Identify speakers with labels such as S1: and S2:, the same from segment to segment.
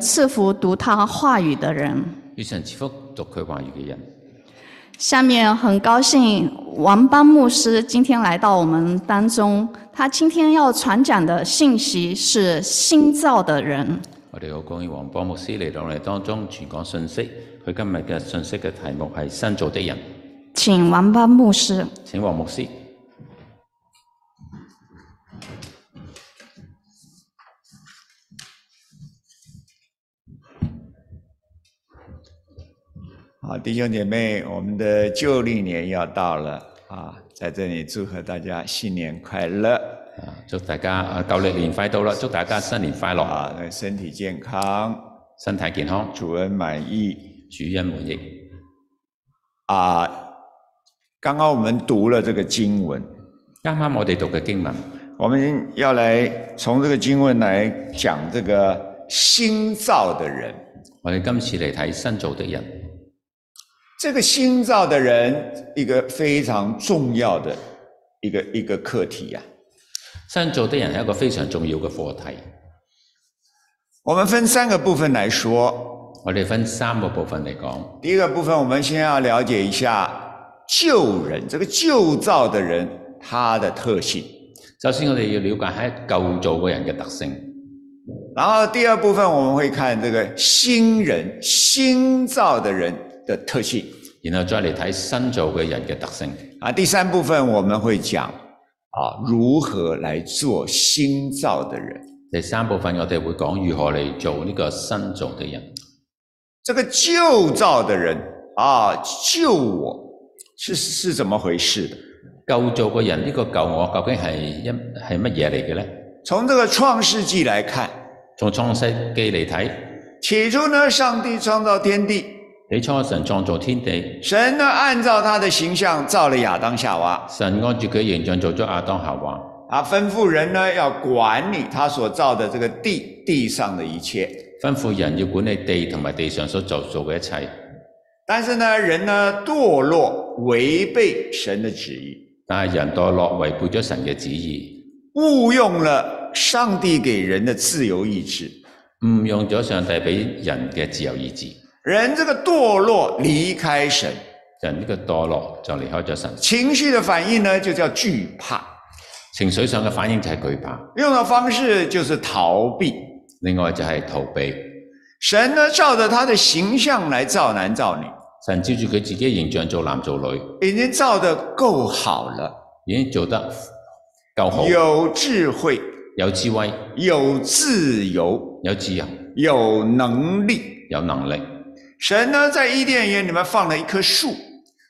S1: 赐福读他话语的人。
S2: 以神賜福讀佢話語嘅人。
S1: 下面很高兴王邦牧师今天来到我们当中，他今天要传讲的信息是新造的人。
S2: 我哋好高興黃波牧師嚟到我哋當中傳講信息。佢今日嘅信息嘅題目係新造的人。
S1: 请王邦牧师。
S2: 請黃牧師。
S3: 好，弟兄姐妹，我们的旧历年要到了啊，在这里祝贺大家新年快乐
S2: 啊，祝大家啊，舊歷年快到啦，祝大家新年快樂，
S3: 啊，那身体健康，
S2: 身體健康，
S3: 主恩满意
S2: 主恩滿意。
S3: 啊。刚刚我们读了这个经文，
S2: 啱啱我哋讀嘅經文，
S3: 我们要来从这个经文来讲这个新造的人。
S2: 我哋今次嚟睇新造的人。
S3: 这个新造的人，一个非常重要的一个一个课题啊呀、
S2: 新造的人係一個非常重要嘅課題。
S3: 我们分三个部分来说，
S2: 我哋分三個部分嚟講。
S3: 第一个部分，我们先要了解一下旧人，这个旧造的人他的特性。
S2: 首先，我哋要了解喺舊造嘅人嘅特性。
S3: 然后第二部分，我们会看这个新人、新造的人的特性。
S2: 然後再嚟睇新造嘅人嘅特性。
S3: 啊，第三部分我们会讲啊，如何来做新造的人。
S2: 第三部分我哋會講如何嚟做呢個新造的人。
S3: 这个旧造的人啊，救我是是怎么回事的？
S2: 舊造嘅人呢、個舊我究竟係一係乜嘢嚟嘅呢？
S3: 从这个创世纪来看，
S2: 從創世記嚟睇，
S3: 起初呢，上帝创造天地，
S2: 起初神創造天地，
S3: 神呢，按照他的形象造了亚当夏娃，
S2: 神按住佢形象做咗亞當夏娃，
S3: 啊，吩咐人呢要管理他所造的这个地地上的一切。
S2: 吩咐人要管理地同埋地上所做做嘅一切。
S3: 但是呢，人呢堕落，违背神的旨意，
S2: 但係人墮落違背咗神嘅旨意，
S3: 误用了上帝给人的自由意志。
S2: 誤用咗上帝俾人嘅自由意志，
S3: 人这个堕落离开神，
S2: 人呢個墮落就離開咗神。
S3: 情绪的反应呢就叫惧怕，
S2: 情緒上嘅反應就係懼怕，
S3: 用的方式就是逃避。
S2: 另外就係逃避。
S3: 神呢照着他的形象来造男造女，
S2: 神照住佢自己嘅形象做男做女，
S3: 已经造得够好了。
S2: 已經做得夠好，
S3: 有智慧，
S2: 有智慧，
S3: 有自由，
S2: 有自由，
S3: 有能力。
S2: 有能力。
S3: 神呢，在伊甸园里面放了一棵树，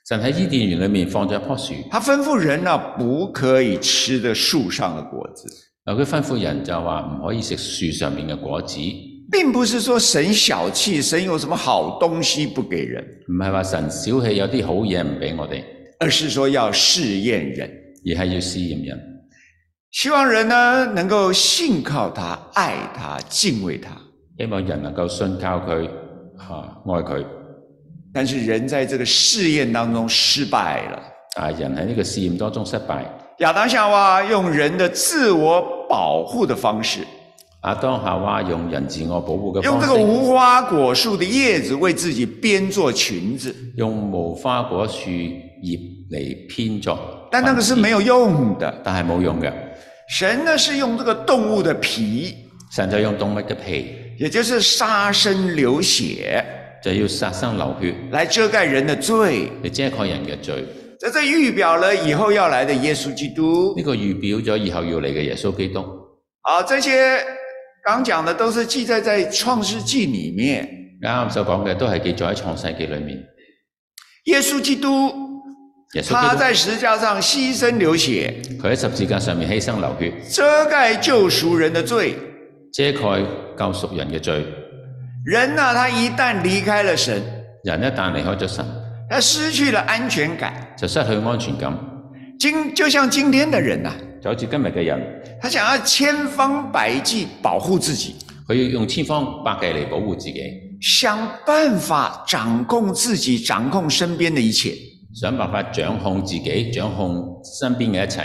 S2: 神喺伊甸園裏面放咗一棵樹，
S3: 他吩咐人呢、不可以吃的树上的果子，
S2: 嗱佢吩咐人就話唔可以食樹上面嘅果子，唔
S3: 并不是说神小气，神有什么好东西不给人，
S2: 係話神小氣有啲好嘢唔俾我哋，
S3: 而是说要试验人，
S2: 而係要試驗人，
S3: 希望人呢能够信靠他、爱他、敬畏他。
S2: 希望人能夠信靠佢，啊、愛佢。
S3: 但是人在这个试验当中失败了。
S2: 但係啊人喺呢個試驗當中失敗，
S3: 亚当夏娃用人的自我保护的方式，
S2: 亞當夏娃用人自我保護嘅
S3: 用
S2: 方
S3: 这个
S2: 式，
S3: 无花果树的叶子为自己编做裙子，
S2: 用無花果樹葉嚟編作，
S3: 但那个是没有用的。
S2: 但係冇用嘅。
S3: 神呢是用这个动物的皮，
S2: 神就用動物嘅皮，
S3: 也就是杀生流血，
S2: 就要殺生流血
S3: 来遮盖人的罪。
S2: 嚟遮蓋人嘅罪。呢、
S3: 这这预表了以后要来的耶稣基督。
S2: 個預表咗以後要嚟嘅耶穌基督。
S3: 啊，这些刚讲的都是记载在创世纪里面。
S2: 啱啱所講嘅都係記載喺創世記裏面。
S3: 耶稣基督
S2: 耶穌
S3: 他
S2: 基
S3: 在十字架上牺牲流血，
S2: 督佢喺十字架上面犧牲流血，
S3: 遮盖救赎人的罪。
S2: 遮蓋救贖人嘅罪。
S3: 人呢、他一旦离开了神，
S2: 人一旦離開咗神，
S3: 他失去了安全感。
S2: 就失去安全感，
S3: 今就像今天的人呐、
S2: 就好似今日嘅人，
S3: 他想要千方百计保护自己，
S2: 佢要用千方百計嚟保護自己，
S3: 想办法掌控自己，掌控身边的一切。
S2: 想辦法掌控自己，掌控身邊嘅一切。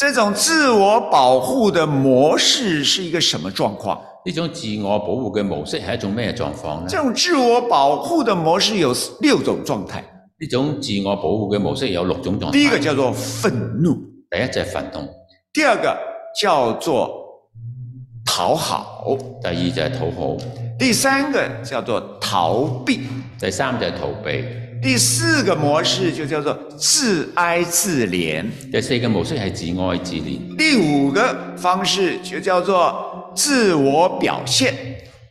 S3: 这种自我保护的模式是一个什么状况？
S2: 呢種自我保護嘅模式係一種咩狀況
S3: 这
S2: 呢？
S3: 种自我保护的模式有六种状态，
S2: 呢種自我保護嘅模式有六種狀態。
S3: 第一个叫做愤怒，
S2: 第一就係憤怒，
S3: 第二个叫做讨好，
S2: 第二就係討好，
S3: 第三个叫做逃避，
S2: 第三就係逃避，
S3: 第四个模式就叫做自哀自怜，
S2: 第四個模式係自愛自憐，
S3: 第五个方式就叫做自我表现，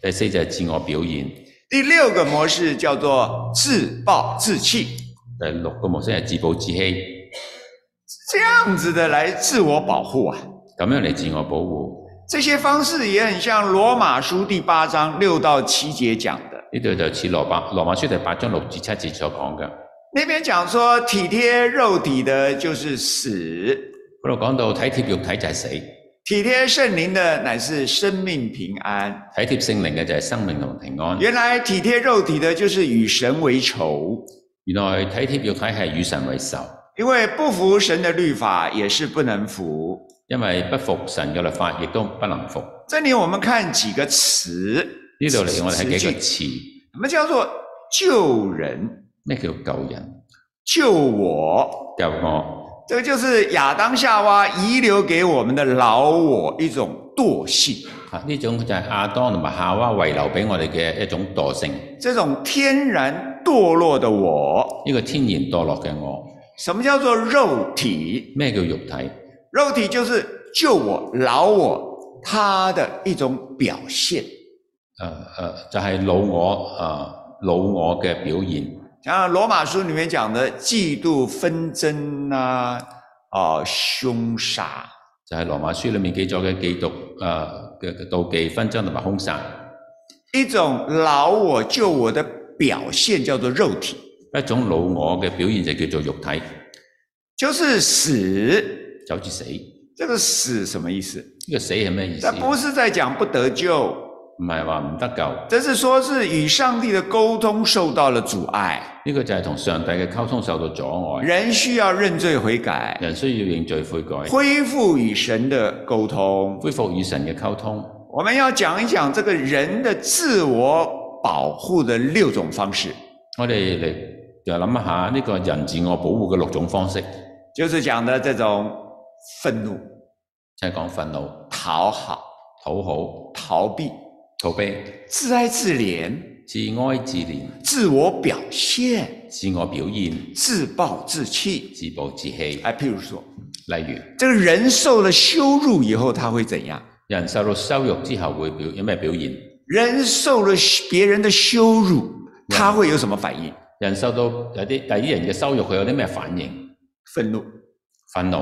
S2: 第四就係自我表現，
S3: 第六个模式叫做自暴自弃。
S2: 第六個模式係自暴自棄，
S3: 这样子的来自我保护啊。
S2: 咁樣嚟自我保護。
S3: 这些方式也很像罗马书第八章六到七节讲的，
S2: 呢度就似羅伯羅馬書第八章六至七節所講嘅，
S3: 那边讲说体贴肉体的就是死，
S2: 嗰度講到體貼肉體就係死，體
S3: 体贴圣灵的乃是生命平安。
S2: 貼聖靈嘅就係生命同平安。
S3: 原来体贴肉体的就是与神为仇，
S2: 原來體貼肉體係與神為仇，
S3: 因为不服神的律法也是不能服。
S2: 因為不服神嘅律法，亦都不能服。呢
S3: 这里我们看几个词，
S2: 度嚟我哋睇幾
S3: 詞
S2: 個
S3: 句
S2: 詞，
S3: 什么叫做救人、
S2: 咩叫救人、
S3: 救我、
S2: 救我？
S3: 这个就是亚当夏娃遗留给我们的老我一种惰性，
S2: 啊，呢種就係亞當同埋夏娃遺留俾我哋嘅一種惰性，呢、
S3: 这種天然堕落的我。
S2: 個天然墮落嘅我。
S3: 什么叫做肉体？
S2: 咩叫肉體？
S3: 肉体就是救我、老我他的一种表現。
S2: 誒、誒，呃就係、老我誒、老我嘅表現。
S3: 像羅馬書裡面講的嫉妒、紛爭啊，啊、兇殺，
S2: 就係、羅馬書裏面記載嘅嫉妒、誒嘅嘅妒忌、紛爭同埋兇殺，
S3: 一種老我、救我的表現叫做肉體，
S2: 一種老我嘅表現就叫做肉體，
S3: 就是死。
S2: 就好似死。呢、
S3: 這個死什麼意思？
S2: 個死係咩意思
S3: 这？不是在讲不得救，
S2: 唔係話唔得救，呢、
S3: 这是说是与上帝的沟通受到了阻碍，
S2: 個就係同上帝嘅溝通受到阻礙，
S3: 人需要认罪悔改，
S2: 人需要認罪悔改，
S3: 恢复與神的沟通。
S2: 恢復與神嘅溝通。
S3: 我们要讲一讲这个人的自我保护的六种方式，
S2: 我哋嚟就諗一下呢個人自我保護嘅六種方式，
S3: 就是讲的这种愤怒、
S2: 就係、講憤怒、
S3: 讨好、
S2: 討好、
S3: 逃避、
S2: 逃避、
S3: 自哀自怜、
S2: 自哀自憐、
S3: 自我表现、
S2: 自我表現、
S3: 自暴自弃。
S2: 自暴自棄。
S3: 哎，譬如说，
S2: 例如
S3: 这个人受了羞辱以后，他会怎样？
S2: 人受到羞辱之後會表有咩表現？
S3: 人受了别人的羞辱，他会有什么反应？
S2: 人受到有啲有啲人嘅羞辱，佢有啲咩反應？
S3: 愤怒
S2: 憤怒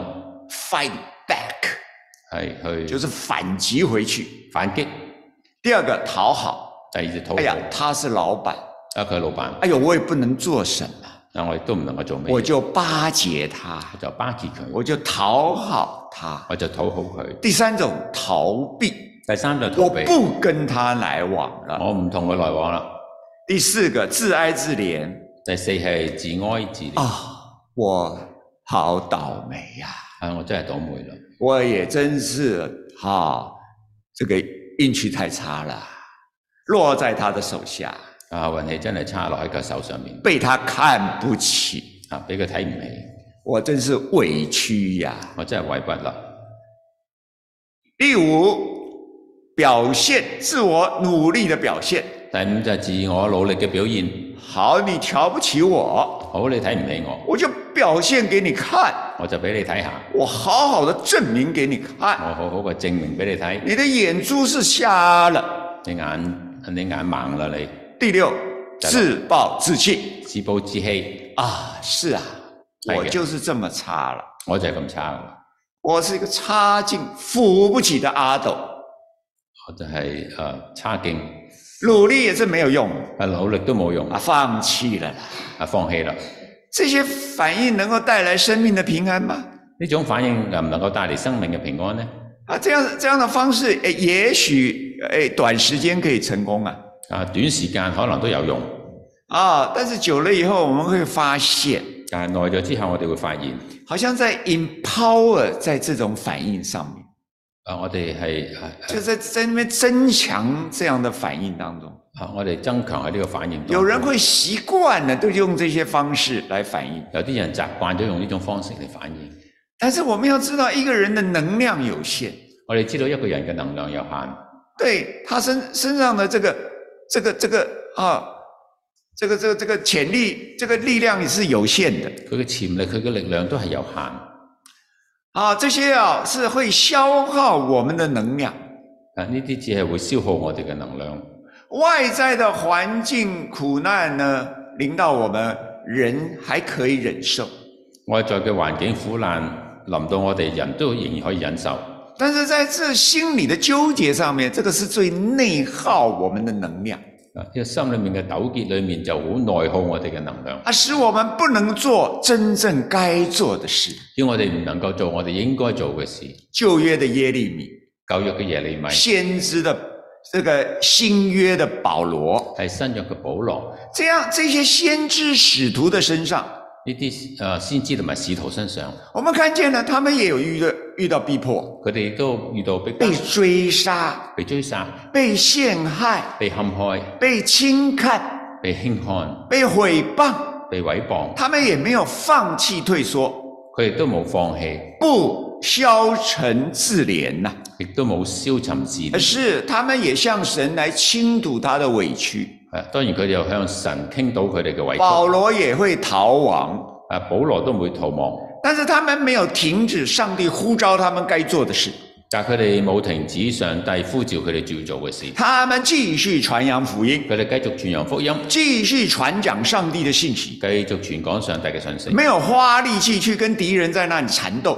S3: ，fight back，
S2: 係
S3: 就
S2: 去
S3: 是反击回去。
S2: 反擊。
S3: 第二个，讨好。
S2: 第二就討
S3: 哎呀
S2: 好，，
S3: 他是老板，
S2: 啊佢係老闆，
S3: 哎呦，我也不能做什么，
S2: 啊我亦都唔能夠做咩
S3: 我
S2: 嘢，
S3: 就巴结他，
S2: 我就巴結佢，
S3: 我就討好他。
S2: 我就討好佢。
S3: 第三种，逃避，
S2: 第三就
S3: 我
S2: 逃避，哦
S3: 不跟他来往了。
S2: 我唔同佢來往啦。
S3: 第四个，自哀自怜
S2: 第四係自哀自憐，
S3: 啊，我好倒霉呀、
S2: 啊我真係倒霉啦，
S3: 我也真是哈、这个运气太差了，落在他的手下，
S2: 啊運氣真係差落喺佢手上面，
S3: 被他看不起，
S2: 啊俾佢睇唔起，
S3: 我真是委屈呀、
S2: 我真係委屈啦。
S3: 第五，表现自我努力的表现。
S2: 第五就係自我努力嘅表現，
S3: 好，你瞧不起我，
S2: 好你睇唔起我，
S3: 我就表现给你看，
S2: 我就俾你睇下。
S3: 我好好的证明给你看，
S2: 我好好嘅證明俾你睇，
S3: 你的眼珠是瞎了。
S2: 你眼你眼盲啦你，
S3: 第六，自暴自弃
S2: 自暴自棄，
S3: 啊，是啊，
S2: 哎呀
S3: 我就是这么差了。
S2: 我就係咁差噶，
S3: 我是一个差劲、扶不起的阿斗，
S2: 我就係、呃差勁，
S3: 努力也是没有用的
S2: 啊努力都冇用，
S3: 啊，
S2: 啊
S3: 放弃了啦。
S2: 放棄啦。
S3: 这些反应能够带来生命的平安吗？
S2: 呢種反應能唔能夠帶嚟生命嘅平安呢？
S3: 啊，这样这样的方式，哎，也许哎，短时间可以成功啊，
S2: 啊短時間可能都有用，
S3: 啊，但是久了以后，我们会发现，
S2: 但係耐咗之後，我哋會發現
S3: 好像在 empower 在这种反应上面，
S2: 啊，我哋係啊
S3: 就在在那边增强这样的反应当中，
S2: 啊，我哋增強喺呢個反應當中。
S3: 有人会习惯了，都用这些方式来反应。
S2: 有啲人習慣咗用呢種方式嚟反應。
S3: 但是我们要知道，一个人的能量有限，
S2: 我哋知道一個人嘅能量有限，
S3: 对他身身上的这个这个这个啊，这个这个这个潜力，这个力量是有限的
S2: 佢嘅潛力、佢嘅力量都係有限。啊，
S3: 啊，这些啊是会消耗我们的能量。
S2: 呢啲只係會消耗我哋嘅能量。
S3: 外在的环境苦难呢，临到我们人还可以忍受，
S2: 外在嘅環境苦難臨到我哋，人都仍然可以忍受。
S3: 但是在这心理的纠结上面，这个是最内耗我们的能量，
S2: 啊，因為心裏面嘅糾結裏面就好內耗我哋嘅能量，
S3: 它使我们不能做真正该做的事。
S2: 因為我哋唔能夠做我哋應該做嘅事。
S3: 旧约的耶利米，
S2: 舊約嘅耶利米
S3: 先知的这个新约的保罗，
S2: 係新約嘅保羅，
S3: 这样这些先知使徒的身上，
S2: 呢啲誒先知同埋使徒身上，
S3: 我们看见呢，他们也有遇到遇到逼迫，
S2: 佢哋都遇到逼迫
S3: 被、追杀、
S2: 被追殺、
S3: 被陷害、
S2: 被陷害、
S3: 被轻看、
S2: 被輕看、
S3: 被毁谤，
S2: 被毀謗，
S3: 他们也没有放弃退缩，
S2: 佢哋都冇放棄，
S3: 不消沉自怜呐、
S2: 亦都冇消沉自
S3: 而
S2: 憐。
S3: 哎是他们也向神来倾吐他的委屈。
S2: 啊，當然佢哋又向神傾倒佢哋嘅委屈。
S3: 保罗也会逃亡，
S2: 啊，保羅都唔會逃亡，
S3: 但是他们没有停止上帝呼召他们该做的事，
S2: 但佢哋冇停止上帝呼召佢哋照做嘅事，
S3: 他们继续传扬福音，
S2: 佢哋繼續傳揚福音。
S3: 继续传讲上帝的信息，
S2: 繼續傳講上帝嘅信息，
S3: 没有花力气去跟敌人在那里缠斗，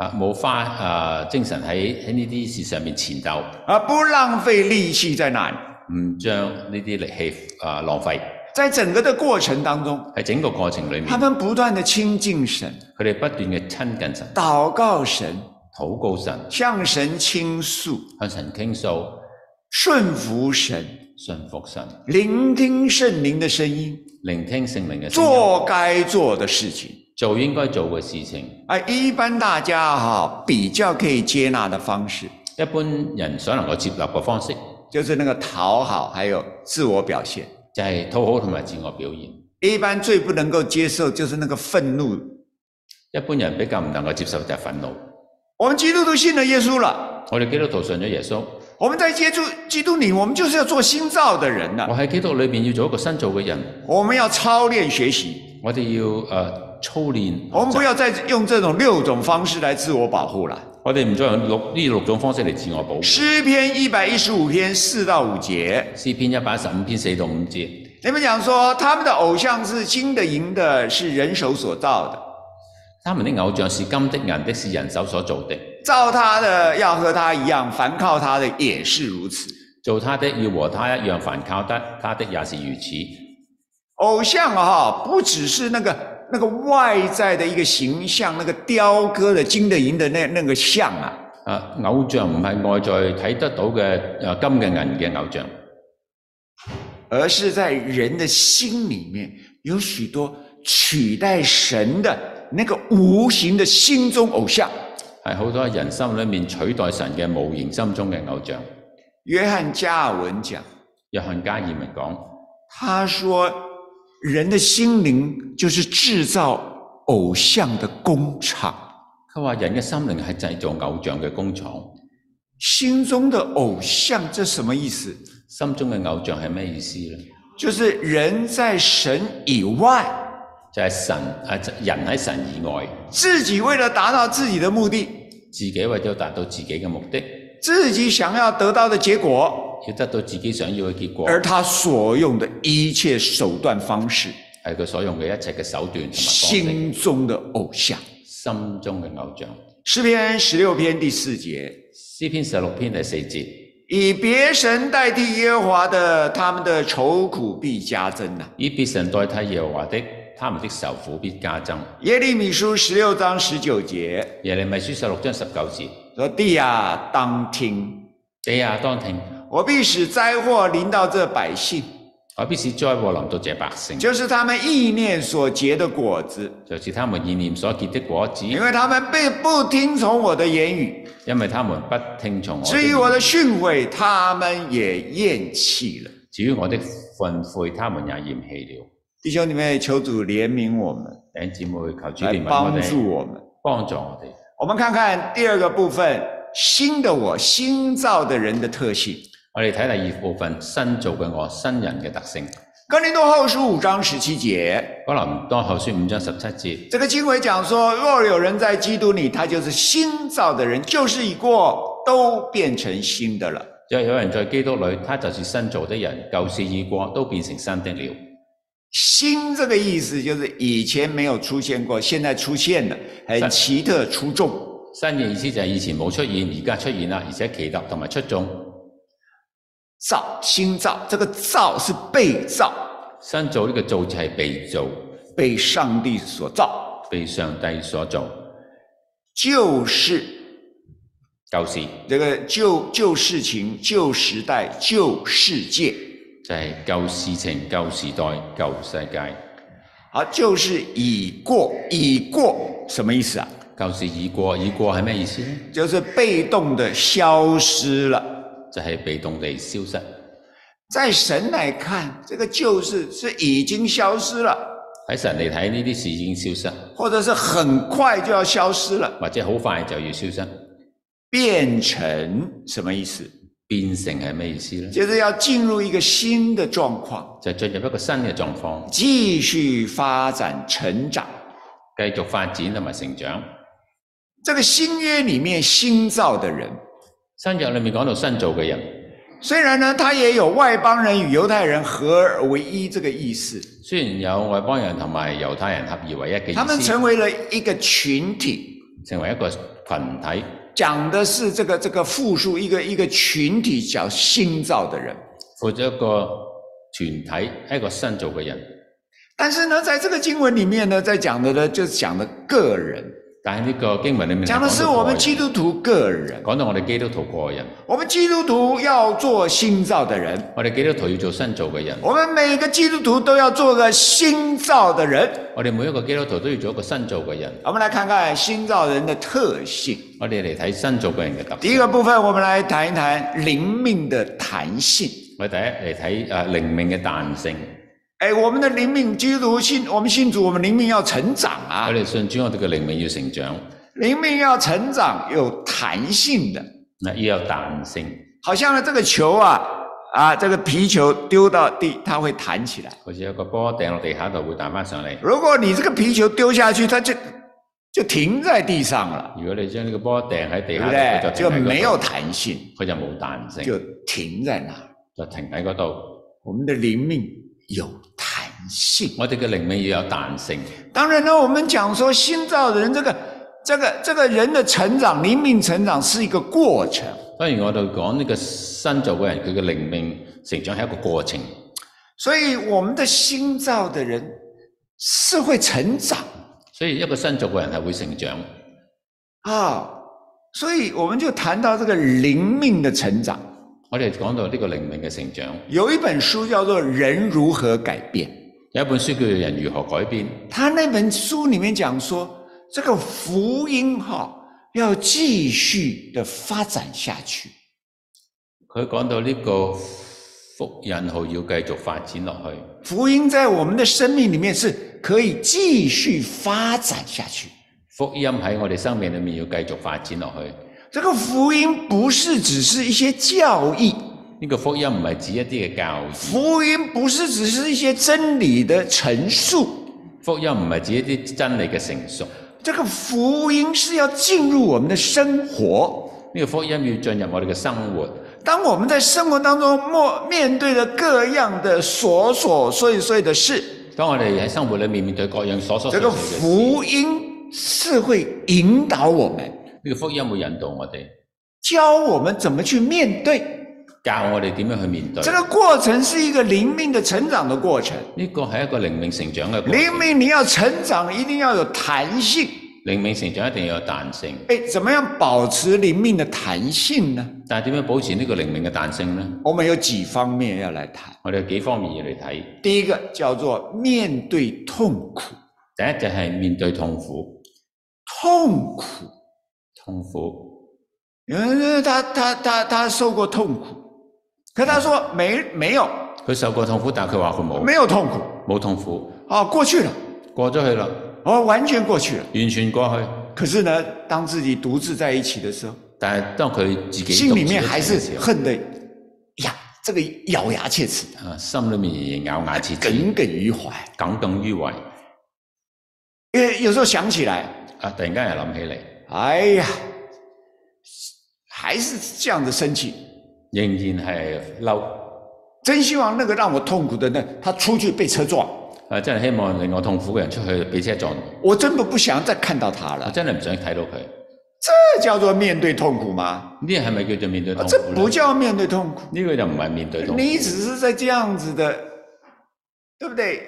S2: 啊冇花啊、精神喺喺呢啲事上面前鬥，
S3: 而不浪费力气在那里。
S2: 唔將呢啲力氣啊、浪費
S3: 在整个的过程当中，
S2: 喺整個過程裏面，
S3: 他
S2: 佢
S3: 们不断的亲近神、
S2: 哋不斷嘅親近神、
S3: 祷告神、
S2: 禱告神、
S3: 向神倾诉、
S2: 向神傾訴、
S3: 顺服神、
S2: 信服神、
S3: 聆听圣灵的声音，
S2: 聆聽聖靈嘅聲音，
S3: 做该做的事情。
S2: 做應該做嘅事情。
S3: 啊，一般大家哈、比较可以接纳的方式，
S2: 一般人所能夠接納嘅方式，
S3: 就是那个讨好，还有自我表现。
S2: 就係討好同埋自我表現。
S3: 一般最不能够接受就是那个愤怒。
S2: 一般人比較唔能夠接受就係憤怒。
S3: 我们基督徒信了耶稣了，
S2: 我哋基督徒信咗耶穌，
S3: 我们在接触基督里，我们就是要做新造的人了
S2: 我。喺基督裏面要做一個新造嘅人。
S3: 我们要操练学习，
S2: 我哋要誒、呃操練，
S3: 我们不要再用这种六种方式来自我保护了。
S2: 我哋唔再用六呢六種方式嚟自我保護。
S3: 诗篇一百一十五篇四到五节，
S2: 詩篇一百一十五篇四到五節，
S3: 你们讲说他们的偶像是金的、银的，是人手所造的。
S2: 他們的偶像是金的、銀的，是人手所造的。
S3: 造他的要和他一样，凡靠他的也是如此。
S2: 做他的要和他一樣，凡靠得他的也是如此。
S3: 偶像啊，不只是那个那个外在的一个形象，那个雕刻的金的银的那那个像啊，
S2: 啊，偶像唔係外在睇得到嘅誒金嘅銀嘅偶像，
S3: 而是在人的心里面有许多取代神的那个无形的心中偶像。
S2: 係好多人心裏面取代神嘅無形心中嘅偶像。
S3: 约翰加尔文讲，
S2: 約翰加爾文講，
S3: 他说，人的心灵就是制造偶像的工厂。
S2: 佢話人嘅心靈係製造偶像嘅工廠。
S3: 心中的偶像，这什么意思？
S2: 心中嘅偶像係咩意思呢？
S3: 就是人在神以外，
S2: 就係神啊，人喺神以外，
S3: 自己为了达到自己的目的，
S2: 自己為咗達到自己嘅目的，
S3: 自己想要得到的结果，
S2: 要得到自己想要嘅結果，
S3: 而他所用的一切手段方式，
S2: 係佢所用嘅一切嘅手段同埋方式。
S3: 心中的偶像。
S2: 心中嘅偶像，
S3: 诗篇十六篇第四节，
S2: 詩篇十六篇第四節，
S3: 以别神代替耶和华的，他们的愁苦必加增呐、
S2: 以別神代替耶和華的，他們的受苦必加增。
S3: 耶利米书十六章十九节
S2: 耶利米書十六章十九節，
S3: 说：“地啊，当听，
S2: 地啊當聽，
S3: 我必使灾祸临到这百姓，
S2: 我必使災禍臨到這百姓，
S3: 就是他们意念所结的果子，
S2: 就是他們意念所結的果子，
S3: 因为他们并不听从我的言语，
S2: 因為他們不聽從我的
S3: 至
S2: 言
S3: 于
S2: 語。
S3: 我的训诲，他们也厌弃了。
S2: 至於我的訓悔，他們也厭棄了。
S3: 弟兄姊妹，求主憐悯我们，
S2: 弟兄姊妹，求主
S3: 来
S2: 憐憫我
S3: 帮
S2: 哋，
S3: 助我们。
S2: 幫助我哋。
S3: 我们看看第二个部分，新的我，新造的人的特性。
S2: 我哋睇第二部分，新造嘅我，新人嘅特性。
S3: 哥林多后书五章十七节，
S2: 可能多後書五章十七節，
S3: 这个经文讲说，若有人在基督里，他就是新造的人，旧事已过，都变成新的了。
S2: 若有人在基督裏，他就是新造的人，舊事已過，都變成新的了。
S3: 新这个意思就是以前没有出现过，现在出现了，很奇特出众。
S2: 新嘅意思就係以前冇出現，而家出現啦，而且奇特同埋出眾。
S3: 造新造，这个造是被造，
S2: 新造呢個造就係被造，
S3: 被上帝所造，
S2: 被上帝所造。
S3: 旧事
S2: 舊事
S3: 这个旧旧事情、旧时代、旧世界。
S2: 就係舊事情、舊時代、舊世界。
S3: 好，旧事已过，已过什么意思啊？
S2: 舊事已過，已過係咩意思呢？
S3: 就是被动的消失了。
S2: 就係被動地消失。
S3: 在神来看，这个旧事是已经消失了，
S2: 喺神嚟睇，呢啲事已經消失，
S3: 或者是很快就要消失了。
S2: 或者好快就要消失。
S3: 变成什么意思？
S2: 變成係咩意思呢？
S3: 就是要进入一个新的状况，
S2: 就進入一個新嘅狀況，
S3: 继续发展成长。
S2: 繼續發展同埋成長。
S3: 这个新约里面新造的人，
S2: 新約裏面講到新造嘅人，
S3: 虽然呢，他也有外邦人与犹太人合而为一这个意思，
S2: 雖然有外邦人同埋猶太人合二為一嘅
S3: 他们
S2: 意思，
S3: 成为了一个群体，
S2: 成為一個群體，
S3: 讲的是这个这个复数一个一个群体叫新造的人。
S2: 活咗一個團體，一個新造嘅人。
S3: 但是呢，在这个经文里面呢，在讲的呢，就是讲的个人，
S2: 但係呢個經文裏面
S3: 讲的
S2: 係
S3: 是
S2: 講到
S3: 我
S2: 個
S3: 们
S2: 人
S3: 基督徒个人。
S2: 講到我哋基督徒個人，
S3: 我们基督徒要做新造的人，
S2: 我哋基督徒要做新造嘅人，
S3: 我们每个基督徒都要做个新造的人。
S2: 我哋每一個基督徒都要做一個新造嘅人。
S3: 我们来看看新造人的特性。
S2: 我哋嚟睇新造嘅人嘅特
S3: 第一
S2: 性。
S3: 个部分，我们来谈一谈灵命的弹性。
S2: 我哋第一嚟睇誒靈命嘅彈性。
S3: 哎，我们的灵命，基督徒信，我们信主，我们灵命要成长啊
S2: 我，哋信主，我哋嘅靈命要成長，
S3: 灵命要成长，有弹性的。
S2: 嗱要有彈性。
S3: 好像呢，这个球啊啊，这个皮球丢到地，它会弹起来。
S2: 好似有個波掟落地下度會彈翻上嚟。
S3: 如果你这个皮球丢下去，它就就停在地上了。
S2: 如果你將呢個波掟喺地
S3: 对
S2: 下
S3: 不
S2: 度，
S3: 对
S2: 佢？就停
S3: 就
S2: 喺嗰度
S3: 没有，弹性，
S2: 佢就冇彈性，
S3: 就停在那儿。
S2: 就停喺嗰度。
S3: 我们的灵命有弹性。
S2: 我哋嘅靈命要有彈性。
S3: 当然呢，我们讲说新造的人，这个、这个、这个人的成长，灵命成长是一个过程。
S2: 當然我哋講呢個新造嘅人，佢嘅靈命成長係一個過程，
S3: 所以我们的新造的人是会成长
S2: 所以一個新造嘅人係會成長。
S3: 啊。所以我们就谈到这个灵命的成长。
S2: 我哋講到呢個靈命嘅成長，
S3: 有一本书叫做《人如何改变》，
S2: 有一本書叫做《人如何改變》，
S3: 他那本书里面讲说，这个福音哈、要继续的发展下去，
S2: 佢講到呢個福音號要繼續發展落去。
S3: 福音在我们的生命里面是可以继续发展下去。
S2: 福音喺我哋生命裏面要繼續發展落去。呢、
S3: 这个福音不是只是一些教义，
S2: 個福音唔係指一啲嘅教義，
S3: 福音不是只是一些真理的陈述，
S2: 福音唔係指一啲真理嘅成熟。呢、
S3: 这个福音是要进入我们的生活。
S2: 個福音要進入我哋嘅生活。
S3: 当我们在生活当中面面对着各样的琐琐碎碎的事，
S2: 當我哋喺生活裏面面對各樣所所碎碎
S3: 这个
S2: 嘅事，
S3: 福音是会引导我们，
S2: 呢個福音會引導我哋，
S3: 教我们怎么去面对。
S2: 教我哋點樣去面對。
S3: 这个过程是一个灵命的成长的过程。
S2: 呢個係一個靈命成長嘅過程。
S3: 灵命你要成长，一定要有弹性。
S2: 靈命成長一定要有彈性。
S3: 哎，怎么样保持灵命的弹性呢？
S2: 但係點樣保持呢個靈命嘅彈性呢？
S3: 我们有幾方面要來談。
S2: 我哋有幾方面要嚟睇。
S3: 第一個叫做面對痛苦，
S2: 第一就係面對痛苦，
S3: 痛苦，
S2: 痛苦。
S3: 有人说他他他他受過痛苦，可他說沒沒有
S2: 佢受過痛苦，但係佢話佢冇
S3: 沒有痛苦，
S2: 冇痛苦，
S3: 啊，過去了，
S2: 過咗去啦，
S3: 哦，完全過去了。
S2: 完全過去。
S3: 可是呢，當自己獨自在一起的時候，
S2: 但係當佢自己
S3: 心
S2: 獨
S3: 里
S2: 自
S3: 面
S2: 一
S3: 還
S2: 個人嘅
S3: 是
S2: 時候
S3: 恨得呀，這個咬牙切齒，
S2: 啊，心裏面仍然咬牙切齒，
S3: 耿耿於懷。
S2: 耿耿於懷。
S3: 因為有時候想起來，
S2: 啊，突然間又諗起嚟，
S3: 哎呀，還是這樣的生氣。
S2: 仍然係嬲。
S3: 真希望那個讓我痛苦的呢，他出去被車撞，
S2: 啊，真係希望令我痛苦嘅人出去俾車撞，
S3: 我真的不想再看到他
S2: 我
S3: 了。
S2: 真係唔想睇到佢。呢
S3: 這叫做面對痛苦嗎？
S2: 係咪叫做面對痛
S3: 這
S2: 苦
S3: 不
S2: 呢？
S3: 叫面對痛苦，
S2: 呢個就唔係面對痛苦，
S3: 你只是在這樣子的，對不對？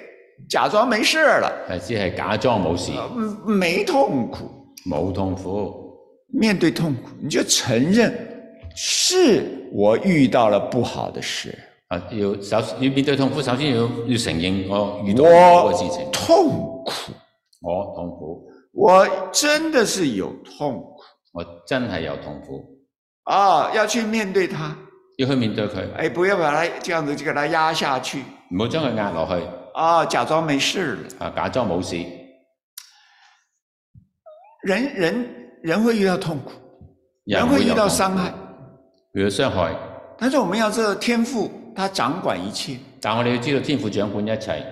S3: 假裝沒事兒了，
S2: 係只係假裝冇事，
S3: 呃沒痛苦。
S2: 冇痛苦。
S3: 面对痛苦，你就承认是我遇到了不好的事，
S2: 啊，要首要面對痛苦，首先要要承認我遇到
S3: 我
S2: 嘅事情，
S3: 痛苦，
S2: 我痛苦，
S3: 我真的是有痛苦
S2: 我真係有痛苦，
S3: 啊，要去面对它，
S2: 要去面對佢，
S3: 哎，不要把它这样子就给它压下去
S2: 唔好將佢壓落去，
S3: 啊，假装没事了。
S2: 啊，假裝冇事。
S3: 人人人会遇到痛苦，
S2: 人
S3: 人
S2: 會
S3: 会
S2: 有
S3: 遇
S2: 痛
S3: 到
S2: 苦
S3: 伤害，，
S2: 遇到傷害。
S3: 但是我们要知道天赋它掌管一切。
S2: 但我哋要知道天父掌管一切。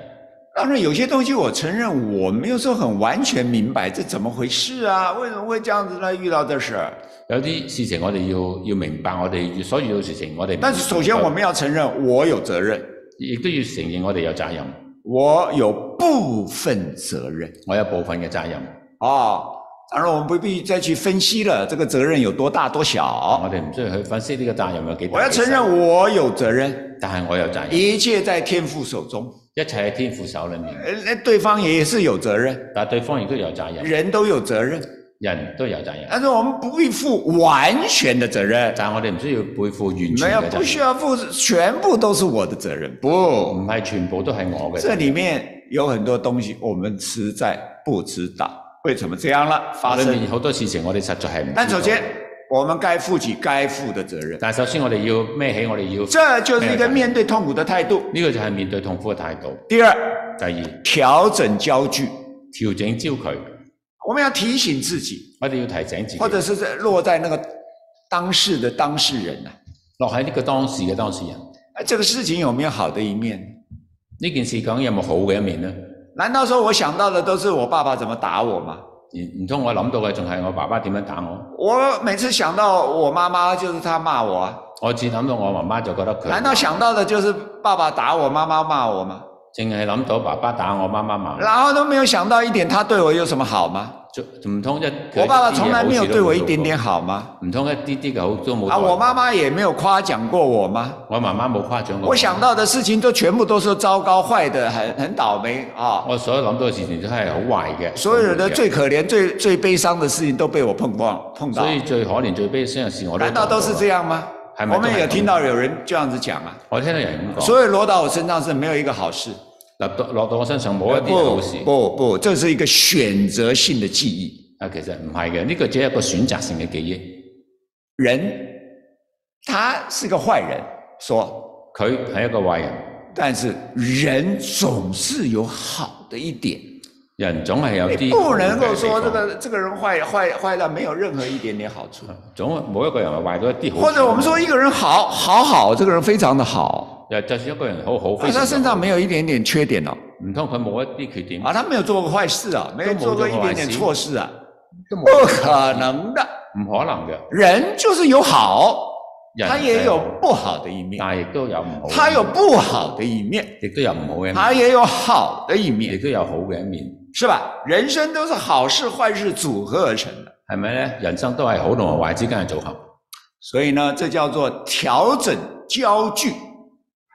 S3: 当然，有些东西我承认，我没有说很完全明白这怎么回事啊，为什么会这样子呢？遇到这事儿。
S2: 有啲事情我哋要要明白，我哋所遇到嘅事情，我哋
S3: 但是首先我们要承认，我有责任，
S2: 亦都要承認我哋有責任，
S3: 我有部分责任
S2: 我有部分嘅責任，
S3: 啊、当然，我们不必再去分析了，这个责任有多大多小。
S2: 我哋唔需要去分析呢個責任有幾大。
S3: 哦我要承認，我有责任，
S2: 但係我有責任，
S3: 一切在天父手中。
S2: 一切喺天父手裏面，
S3: 呃，那对方也是有责任，
S2: 但係對方亦都有責任，
S3: 人都有责任，
S2: 人都有責任。
S3: 但是我们不必负完全的责任。
S2: 但係我哋唔需要背負完
S3: 没有，
S2: 全嘅
S3: 啊不
S2: 責
S3: 需
S2: 任，
S3: 要负，全部都是我的責任。不，
S2: 唔係全部都係我嘅責
S3: 这
S2: 任。
S3: 里面有很多东西我们实在不知道为什么这样了发
S2: 裏
S3: 生
S2: 面。好多事情我哋實在係唔知道。
S3: 但首先，我们该负起该负的责任，
S2: 但首先我哋要孭起，我哋要
S3: 这就是一个面对痛苦的态度。
S2: 呢個就係面對痛苦嘅態度。
S3: 第二，
S2: 第二，
S3: 调整焦距，
S2: 調整焦距，
S3: 我们要提醒自己，
S2: 我哋要提醒自己
S3: 或，者是在落在那个当事的当事人呐、
S2: 落喺呢個當事嘅當事人。
S3: 啊，这个事情有没有好的一面？
S2: 呢件事究竟有冇好嘅一面呢？
S3: 难道说我想到的都是我爸爸怎么打我吗？
S2: 唔唔通我諗到嘅仲係我爸爸點樣打我？
S3: 我每次想到我媽媽就是她罵我啊，
S2: 我只諗到我媽媽就覺得佢，
S3: 难道想到的就是爸爸打我，媽媽罵我吗？
S2: 淨係諗到爸爸打我，媽媽罵我
S3: 然后都没有想到一点他对我有什么好吗？
S2: 仲唔通一
S3: 我爸爸从来没有对我一点，
S2: 佢啲嘢
S3: 点
S2: 好
S3: 好吗？
S2: 似都冇做過唔通一啲啲嘅好都冇。
S3: 啊，我媽，媽也没有夸奖过我吗？
S2: 我媽媽冇誇獎我。
S3: 我想到的事情都全部都是糟糕、坏的，很很倒霉啊！
S2: 我所有諗到嘅事情都係好壞嘅，
S3: 所有的
S2: 嘅
S3: 最可憐、最最悲伤的事情都被我碰光碰到
S2: 所，以最可憐、最悲傷嘅事我都
S3: 难道都是
S2: 做
S3: 这样吗？
S2: 还蛮
S3: 我们
S2: 重要
S3: 也
S2: 的哦
S3: 听到有人这样子讲啊，
S2: 我聽到人咁講，
S3: 所以落到我身上是没有一个好事。
S2: 落到落到我身上冇一啲係好事。
S3: 不不，这是一个选择性的记忆。
S2: 啊，其實唔係嘅，呢、個只係一個選擇性嘅記憶。
S3: 人他是个壞人，说，
S2: 佢係一個壞人，
S3: 但是人总是有好的一点。
S2: 人總係有
S3: 你
S2: 啲
S3: 不能够
S2: 好
S3: 说
S2: 嘅
S3: 这
S2: 地方
S3: 个这个人坏坏坏到没有任何一点点好处，
S2: 總冇一個人係壞到一啲好處。
S3: 或者我们说一个人好好好，这个人非常的好，
S2: 又就算一個人好好，非
S3: 啊，
S2: 常
S3: 他
S2: 之好
S3: 身上没有一点点缺点哦，
S2: 唔通佢冇一啲缺點，
S3: 啊，他没有做过坏事啊，没有做过一点点错事啊，
S2: 都冇
S3: 不可能的。
S2: 唔可能嘅。
S3: 人就是有好，
S2: 人
S3: 他也有不好的一面，
S2: 但係亦都有唔好嘅，
S3: 他有不好的一面，
S2: 亦都有唔好嘅一面，
S3: 他也有好的一
S2: 亦
S3: 面，
S2: 都有好嘅一面，
S3: 是吧？人生都是好事坏事组合而成的，
S2: 係咪咧？人生都係好同埋壞之間嘅組合。
S3: 所以呢，这叫做调整焦距。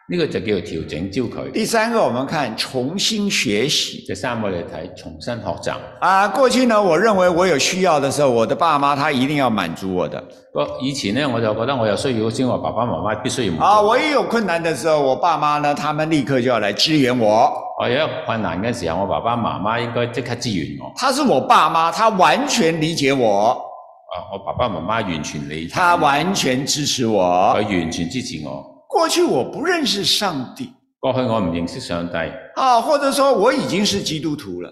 S2: 呢、個就叫做調整焦距。
S3: 第三个，我们看重新学习
S2: 第三我哋睇重新學習。
S3: 啊。过去呢，我认为我有需要的时候，我的爸妈他一定要滿足我的
S2: 我以前呢，我就覺得我有需要先，我爸爸媽媽必須要滿足
S3: 啊。
S2: 我。
S3: 我一有困难的时候，我爸妈呢，他们立刻就要来支援我。
S2: 我有一個困難嘅時候，我爸爸媽媽應該即刻支援我。
S3: 他是我爸妈，他完全理解我，
S2: 啊，我爸爸媽媽完全理解，
S3: 他
S2: 佢
S3: 完全支持我。
S2: 完全支持我。
S3: 过去我不认识上帝
S2: 過去我唔認識上帝，
S3: 啊，或者说我已经是基督徒了，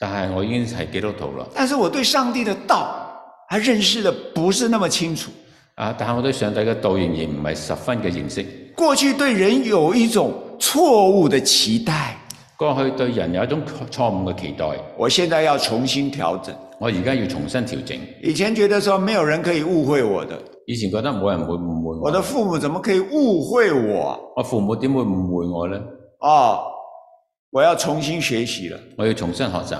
S2: 但係我已經係基督徒啦。
S3: 但是我对上帝的道还认识的不是那么清楚。
S2: 啊，但係我對上帝嘅道仍然唔係十分嘅認識。
S3: 过去对人有一种错误的期待，
S2: 過去對人有一種錯誤嘅期待，
S3: 我现在要重新调整。
S2: 我而家要重新調整。
S3: 以前觉得说没有人可以误会我的，
S2: 以前覺得冇人會誤
S3: 我
S2: 會
S3: 的
S2: 我，
S3: 父母怎么可以误会我？
S2: 我父母點會誤會我呢？
S3: 哦，我要重新学习了。
S2: 我要重新學習。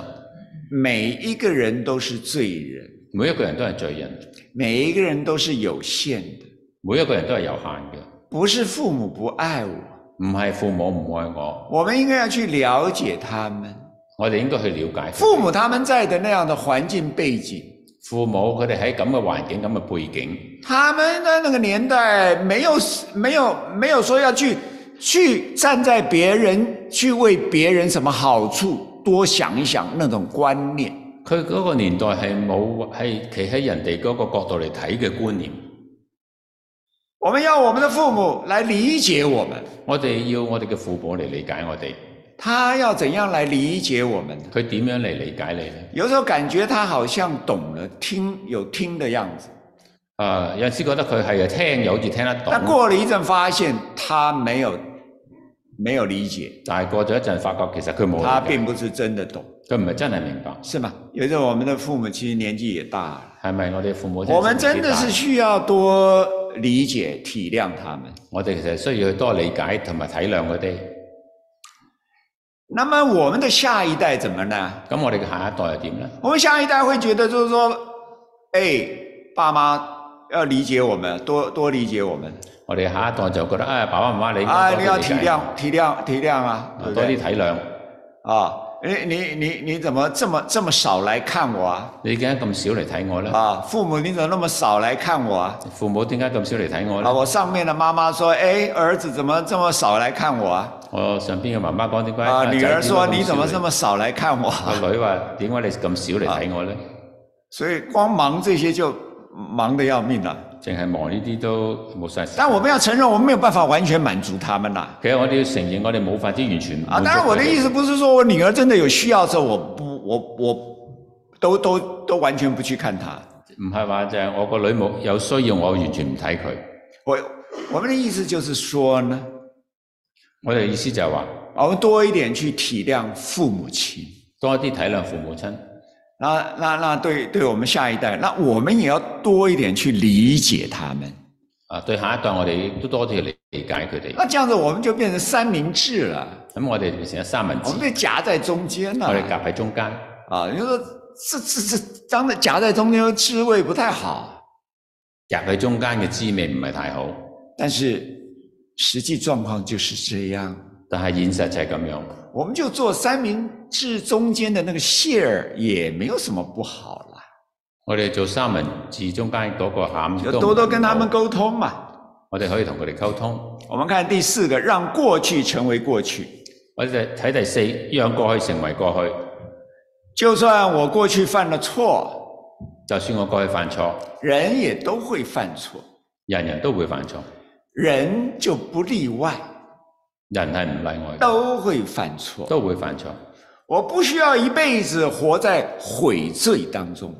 S3: 每一个人都是罪人，
S2: 每一個人都係罪人，
S3: 每一个人都是有限的，
S2: 每一個人都係有限嘅，
S3: 不是父母不爱我。
S2: 唔係父母唔愛我，
S3: 我们应该要去了解他们，
S2: 我哋應該去了解
S3: 父母他们在的那样的环境背景，
S2: 父母佢哋喺咁嘅環境、咁嘅背景，
S3: 他们的那个年代没有没有没有说要去去站在别人去为别人什么好处，多想一想那种观念。
S2: 佢嗰個年代係冇係企喺人哋嗰個角度嚟睇嘅觀念。
S3: 我们要我们的父母来理解我们，
S2: 我哋要我哋嘅父母嚟理解我哋，
S3: 他要怎样来理解我们呢？
S2: 佢點樣嚟理解你呢？
S3: 有时候感觉他好像懂了，听有聽的样子，
S2: 啊、有陣時覺得佢係聽又好似聽得懂，
S3: 但过了一阵发现他没有没有理解。
S2: 但係過咗一陣發覺其實佢冇
S3: 他
S2: 理解
S3: 并不是真的懂，
S2: 佢唔係真係明白，
S3: 是吗？有时候我们的父母其实年纪也大了，
S2: 係咪我哋父母？
S3: 我们真的是，需要多理解、体谅他们。
S2: 我哋其實需要去多理解同埋體諒佢哋。
S3: 那么我们的下一代怎么呢？
S2: 咁我哋嘅下一代又點呢？
S3: 我们下一代会觉得就是说，哎，爸妈要理解我们，多多理解我们
S2: 我哋下一代就覺得啊，爸爸媽媽你應
S3: 啊，
S2: 該多
S3: 你
S2: 啲
S3: 要
S2: 理
S3: 体
S2: 解，
S3: 谅、体谅、体谅啊，
S2: 啊
S3: 对不
S2: 多啲
S3: 对？
S2: 體諒。
S3: 啊，你你你你怎么这么这么少来看我啊？
S2: 你點解咁少嚟睇我呢？
S3: 啊，父母你怎么那么少来看我啊？
S2: 父母點解咁少嚟睇我
S3: 啊，
S2: 呢？
S3: 我上面的妈妈说：“哎，儿子怎么这么少来看我啊？”
S2: 我上邊嘅媽媽講點解？
S3: 啊，
S2: 仔
S3: 女儿说：“
S2: 點解
S3: 你
S2: 咁少
S3: 怎么
S2: 嚟
S3: 这么少来看我
S2: 阿
S3: 啊
S2: 女話點解你咁少嚟睇我呢？？”
S3: 所以光忙这些就忙得要命了。
S2: 淨係忙呢啲都冇晒時間。
S3: 但我们要承认，我们没有办法完全满足他们啦。
S2: 其實我哋要承認，我哋冇法子完全滿
S3: 啊，
S2: 足
S3: 当然我
S2: 佢
S3: 的
S2: 哋
S3: 意思不是说我女儿真的有需要的时候，我不，我我都都都完全不去看她。
S2: 唔係話就係我個女冇有需要，我完全唔睇佢。
S3: 我我们的意思就是说呢，
S2: 我哋意思就係話
S3: 我们多一点去体諒父母亲。
S2: 多啲體諒父母親，
S3: 那那那对对我们下一代，那我们也要多一点去理解他们。
S2: 啊對下一代我哋都多啲去理理解佢哋。
S3: 那这样子，我们就变成三明治了。
S2: 咁我哋變成咗三文
S3: 我
S2: 治
S3: 们，被夹在中间了
S2: 我哋夾喺中間。
S3: 啊！你说这这这，当然夹在中间滋味不太好，
S2: 夾喺中間嘅滋味唔係太好，
S3: 但是实际状况就是这样。
S2: 但係現實就係咁樣。
S3: 我们就做三明治中间的那个馅儿，也没有什么不好啦，
S2: 我哋做三文治中間嗰個餡
S3: 就
S2: 都唔
S3: 多多跟他
S2: 好
S3: 们沟通嘛。
S2: 我哋可以同佢哋溝通。
S3: 我们看第四个，让过去成為過去。
S2: 我哋睇第四，讓過去成為過去。
S3: 就算我过去犯了错，
S2: 就算我過去犯錯，
S3: 人也都会犯错，
S2: 人人都會犯錯，
S3: 人就不例外，
S2: 人係唔例外嘅，
S3: 都會犯错。
S2: 都會犯錯。
S3: 我不需要一辈子活在悔罪当中。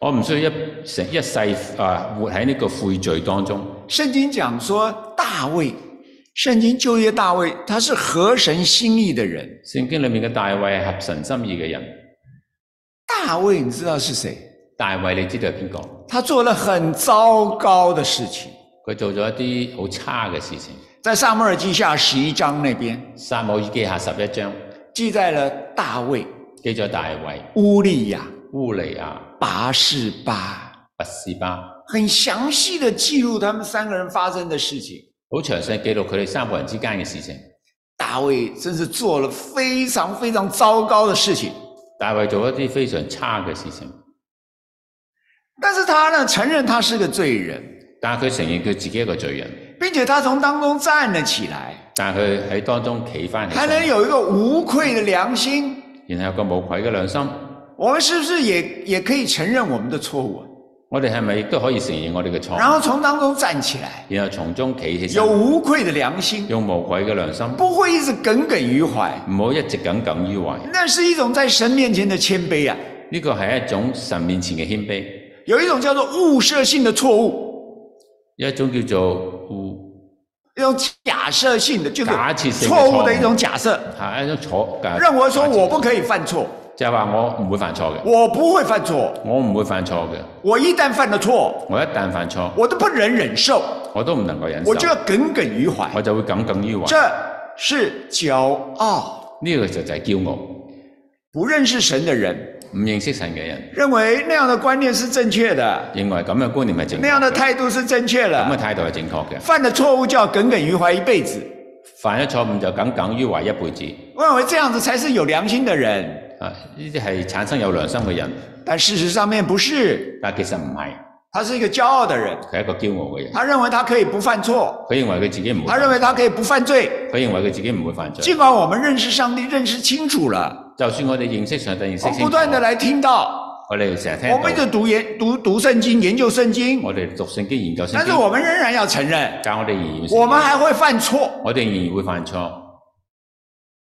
S2: 我唔需要一成一世啊活喺呢個悔罪當中。
S3: 圣经讲说大卫，圣经旧约大卫，他是合神心意的人。
S2: 聖經裡面嘅大衛係合神心意嘅人，
S3: 大卫你知道是谁？
S2: 大衛你知道係邊個？
S3: 他做了很糟糕的事情，
S2: 佢做咗一啲好差嘅事情。
S3: 在撒母耳记下十一章那边
S2: 撒母耳記下十一章
S3: 记载了大卫、
S2: 記咗大衛、
S3: 乌利亚、
S2: 烏利亞、
S3: 拔示巴，
S2: 拔士巴，
S3: 很详细的记录他们三个人发生的事情。
S2: 好詳細記錄佢哋三個人之間嘅事情。
S3: 大卫真是做了非常非常糟糕的事情，
S2: 大衛做一啲非常差嘅事情，
S3: 但是他呢承认他是个罪人，
S2: 但係佢承認佢自己一個罪人，
S3: 并且他从当中站了起来，
S2: 但係佢喺當中企翻起
S3: 还能
S2: 身，
S3: 有一个无愧的良心。
S2: 然後有個無愧嘅良心。
S3: 我们是不是也也可以承认我们的错误啊，
S2: 我哋係咪亦都可以承認我哋嘅錯？
S3: 然后从当中站起来，
S2: 然後從中企起
S3: 有
S2: 身，
S3: 无愧的良心，
S2: 用無愧嘅良心，
S3: 不会一直耿耿于怀？
S2: 唔好一直耿耿於懷。
S3: 那是一种在神面前的谦卑啊，
S2: 呢個係一種神面前嘅謙卑，
S3: 有一种叫做误射性的错误，
S2: 一種叫做嗯互
S3: 一种假设性的，就是
S2: 假设性的
S3: 错
S2: 错
S3: 误
S2: 误
S3: 的一种假设，
S2: 係一種錯嘅。
S3: 认为说我不可以犯错，
S2: 就係話我唔會犯錯嘅，
S3: 我不会犯错，
S2: 我唔會犯錯嘅。
S3: 我一旦犯了错，
S2: 我一旦犯錯，
S3: 我都不能忍受，
S2: 我都唔能夠忍受
S3: 我，就要耿耿于怀
S2: 我，就會耿耿於懷。
S3: 这是骄傲。
S2: 呢個就就係驕傲，
S3: 不认识神的人
S2: 唔認識神嘅人
S3: 认為那样的觀念是正確的，
S2: 認為咁嘅觀念係正
S3: 那樣
S2: 確
S3: 的
S2: 嘅，
S3: 態度是正確
S2: 咁嘅
S3: 的，
S2: 態度係正確嘅。
S3: 犯的錯誤就要耿耿於懷一輩子。
S2: 犯咗錯誤就耿耿於懷一輩子。
S3: 我認為這樣子才是有良心的人，
S2: 啊，呢啲係產生有良心嘅人，
S3: 但事實上面不是，
S2: 但其實唔係，
S3: 他是一個驕傲的人，
S2: 佢係一個驕傲嘅人。
S3: 他認為他可以不犯錯，
S2: 佢認為佢自己唔會
S3: 他
S2: 犯，
S3: 認為他可以不犯罪。
S2: 佢認為佢自己唔會犯罪。
S3: 儘管我們認識上帝認識清楚了，
S2: 就算我哋認識上帝認
S3: 我
S2: 識
S3: 們
S2: 清
S3: 不
S2: 楚，
S3: 斷的來聽到，
S2: 我哋成日聽
S3: 我們一直
S2: 到，
S3: 讀研讀讀聖經研究聖經，
S2: 我哋讀聖經研究聖
S3: 但是
S2: 經，
S3: 我們仍然要承認，
S2: 但我哋仍然
S3: 我們
S2: 會
S3: 還會犯錯。
S2: 我哋仍然會犯錯。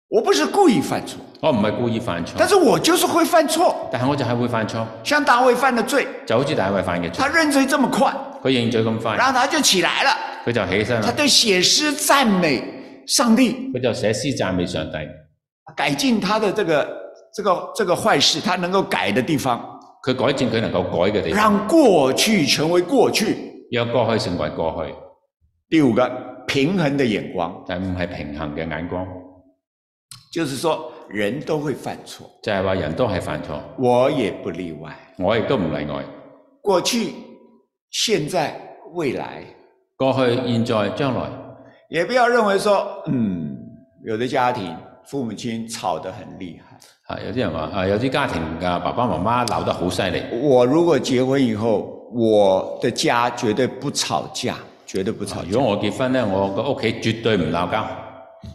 S3: 我不是故意犯錯，
S2: 我唔係故意犯錯
S3: 但，是我就是會犯錯，
S2: 但係我就係會犯錯，
S3: 像大衛犯的罪。
S2: 就好似大衛犯嘅
S3: 他
S2: 錯，
S3: 认罪这么快，
S2: 佢認罪咁快
S3: 然，后他就起来了，
S2: 佢就起身
S3: 他
S2: 啦，
S3: 对写诗赞美上帝，
S2: 佢就寫詩讚美上帝，
S3: 改进他的这个这个这个坏事，他能够改的地方，
S2: 佢改正佢能夠改嘅地方，
S3: 让过去成为过去。
S2: 讓過去成為過去，
S3: 第五个，平衡的眼光，
S2: 就唔係平衡嘅眼光，
S3: 就是说人都会犯错，
S2: 就係話人都係犯錯，
S3: 我也不例外。
S2: 我亦都唔例外。
S3: 过去、现在、未来，
S2: 過去、現在、將來，
S3: 也不要认为说，嗯，有的家庭父母亲吵得很厉害。
S2: 啊有啲人話啊，有啲家庭嘅爸爸媽媽鬧得好犀利。
S3: 我如果结婚以后，我的家绝对不吵架，绝对不吵架
S2: 如。果我結婚呢，我個屋企絕對唔鬧交。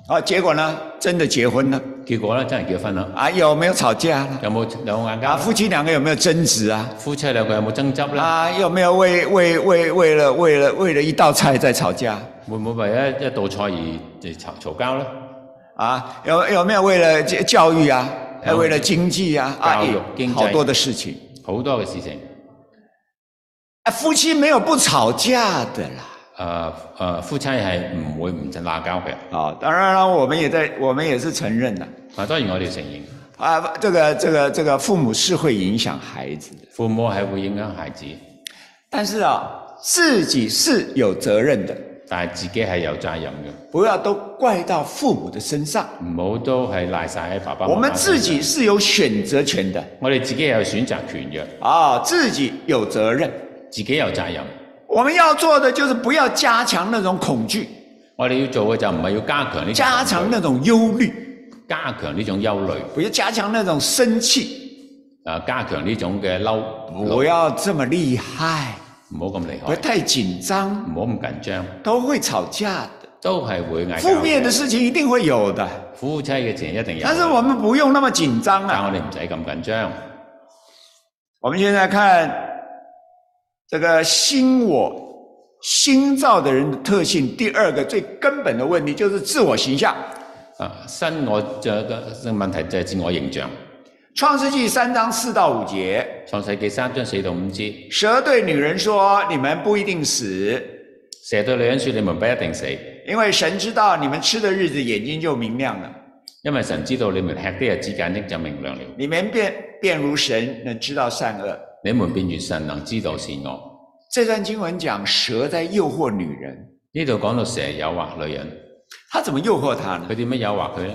S3: 啊，結果呢，真的结婚了
S2: 結果呢，真係結婚啦，
S3: 啊，有没有吵架呢？
S2: 有冇有冇嗌
S3: 啊，
S2: 交？
S3: 夫妻两个有没有争执啊？
S2: 夫妻兩個有冇爭執呢？
S3: 啊，有没有为为为为了为了为了一道菜在吵架？
S2: 會唔會為一一道菜而就嘈嘈交呢？
S3: 啊，有有没有为了教教育啊？呃为了经济啊？啊，
S2: 教育
S3: 也
S2: 经济
S3: 好多的事情。
S2: 好多嘅事情，
S3: 啊，夫妻没有不吵架的啦。
S2: 誒、誒啊夫妻係唔會唔鬧交嘅。
S3: 啊，当然了，我们也在，我们也是承认的。
S2: 啊，當然我哋承認，
S3: 啊，这个这个这个，父母是会影响孩子的。
S2: 父母係會影響孩子，
S3: 但是啊，自己是有责任的，
S2: 但係自己係有責任嘅，
S3: 不要都怪到父母的身上。
S2: 唔好都係賴晒喺爸爸媽媽
S3: 我们自
S2: 身
S3: 己
S2: 上，
S3: 是有选择权的
S2: 我哋自己有選擇權嘅，
S3: 啊，自己有责任。
S2: 自己有責任。
S3: 我们要做的就是不要加强那种恐惧，
S2: 我哋要做嘅就唔係要加強呢種
S3: 加强那种忧虑，
S2: 加強呢種憂慮，
S3: 不要加强那种生气，
S2: 啊，加強呢種嘅嬲，
S3: 不要这么厉害，
S2: 唔好咁厲
S3: 不要
S2: 害，
S3: 太紧张，
S2: 唔好咁緊張，
S3: 都会吵架的。
S2: 都係會嗌交
S3: 负面
S2: 嘅。
S3: 的事情一定会有的，
S2: 夫妻嘅情一定有，
S3: 但是我们不用那么紧张啊
S2: 但。我哋唔使咁緊張。
S3: 我们现在看这个心我新造的人的特性，第二个最根本的问题就是自我形象。
S2: 啊，新我就嘅問題就係自我形象。
S3: 创世纪三章四到五节，
S2: 創世記三章四到五節，
S3: 蛇对女人说：“你们不一定死，
S2: 蛇對女人說：你們不一定死，
S3: 因为神知道你们吃的日子眼睛就明亮了，
S2: 因為神知道你們吃的日子眼睛就明亮了，
S3: 你们便便如神能知道善恶。
S2: 你們便如神能知道善惡。”
S3: 这段经文讲蛇在诱惑女人，
S2: 呢度講到蛇誘惑女人，
S3: 他怎么诱惑她呢
S2: 佢？點樣誘惑佢呢？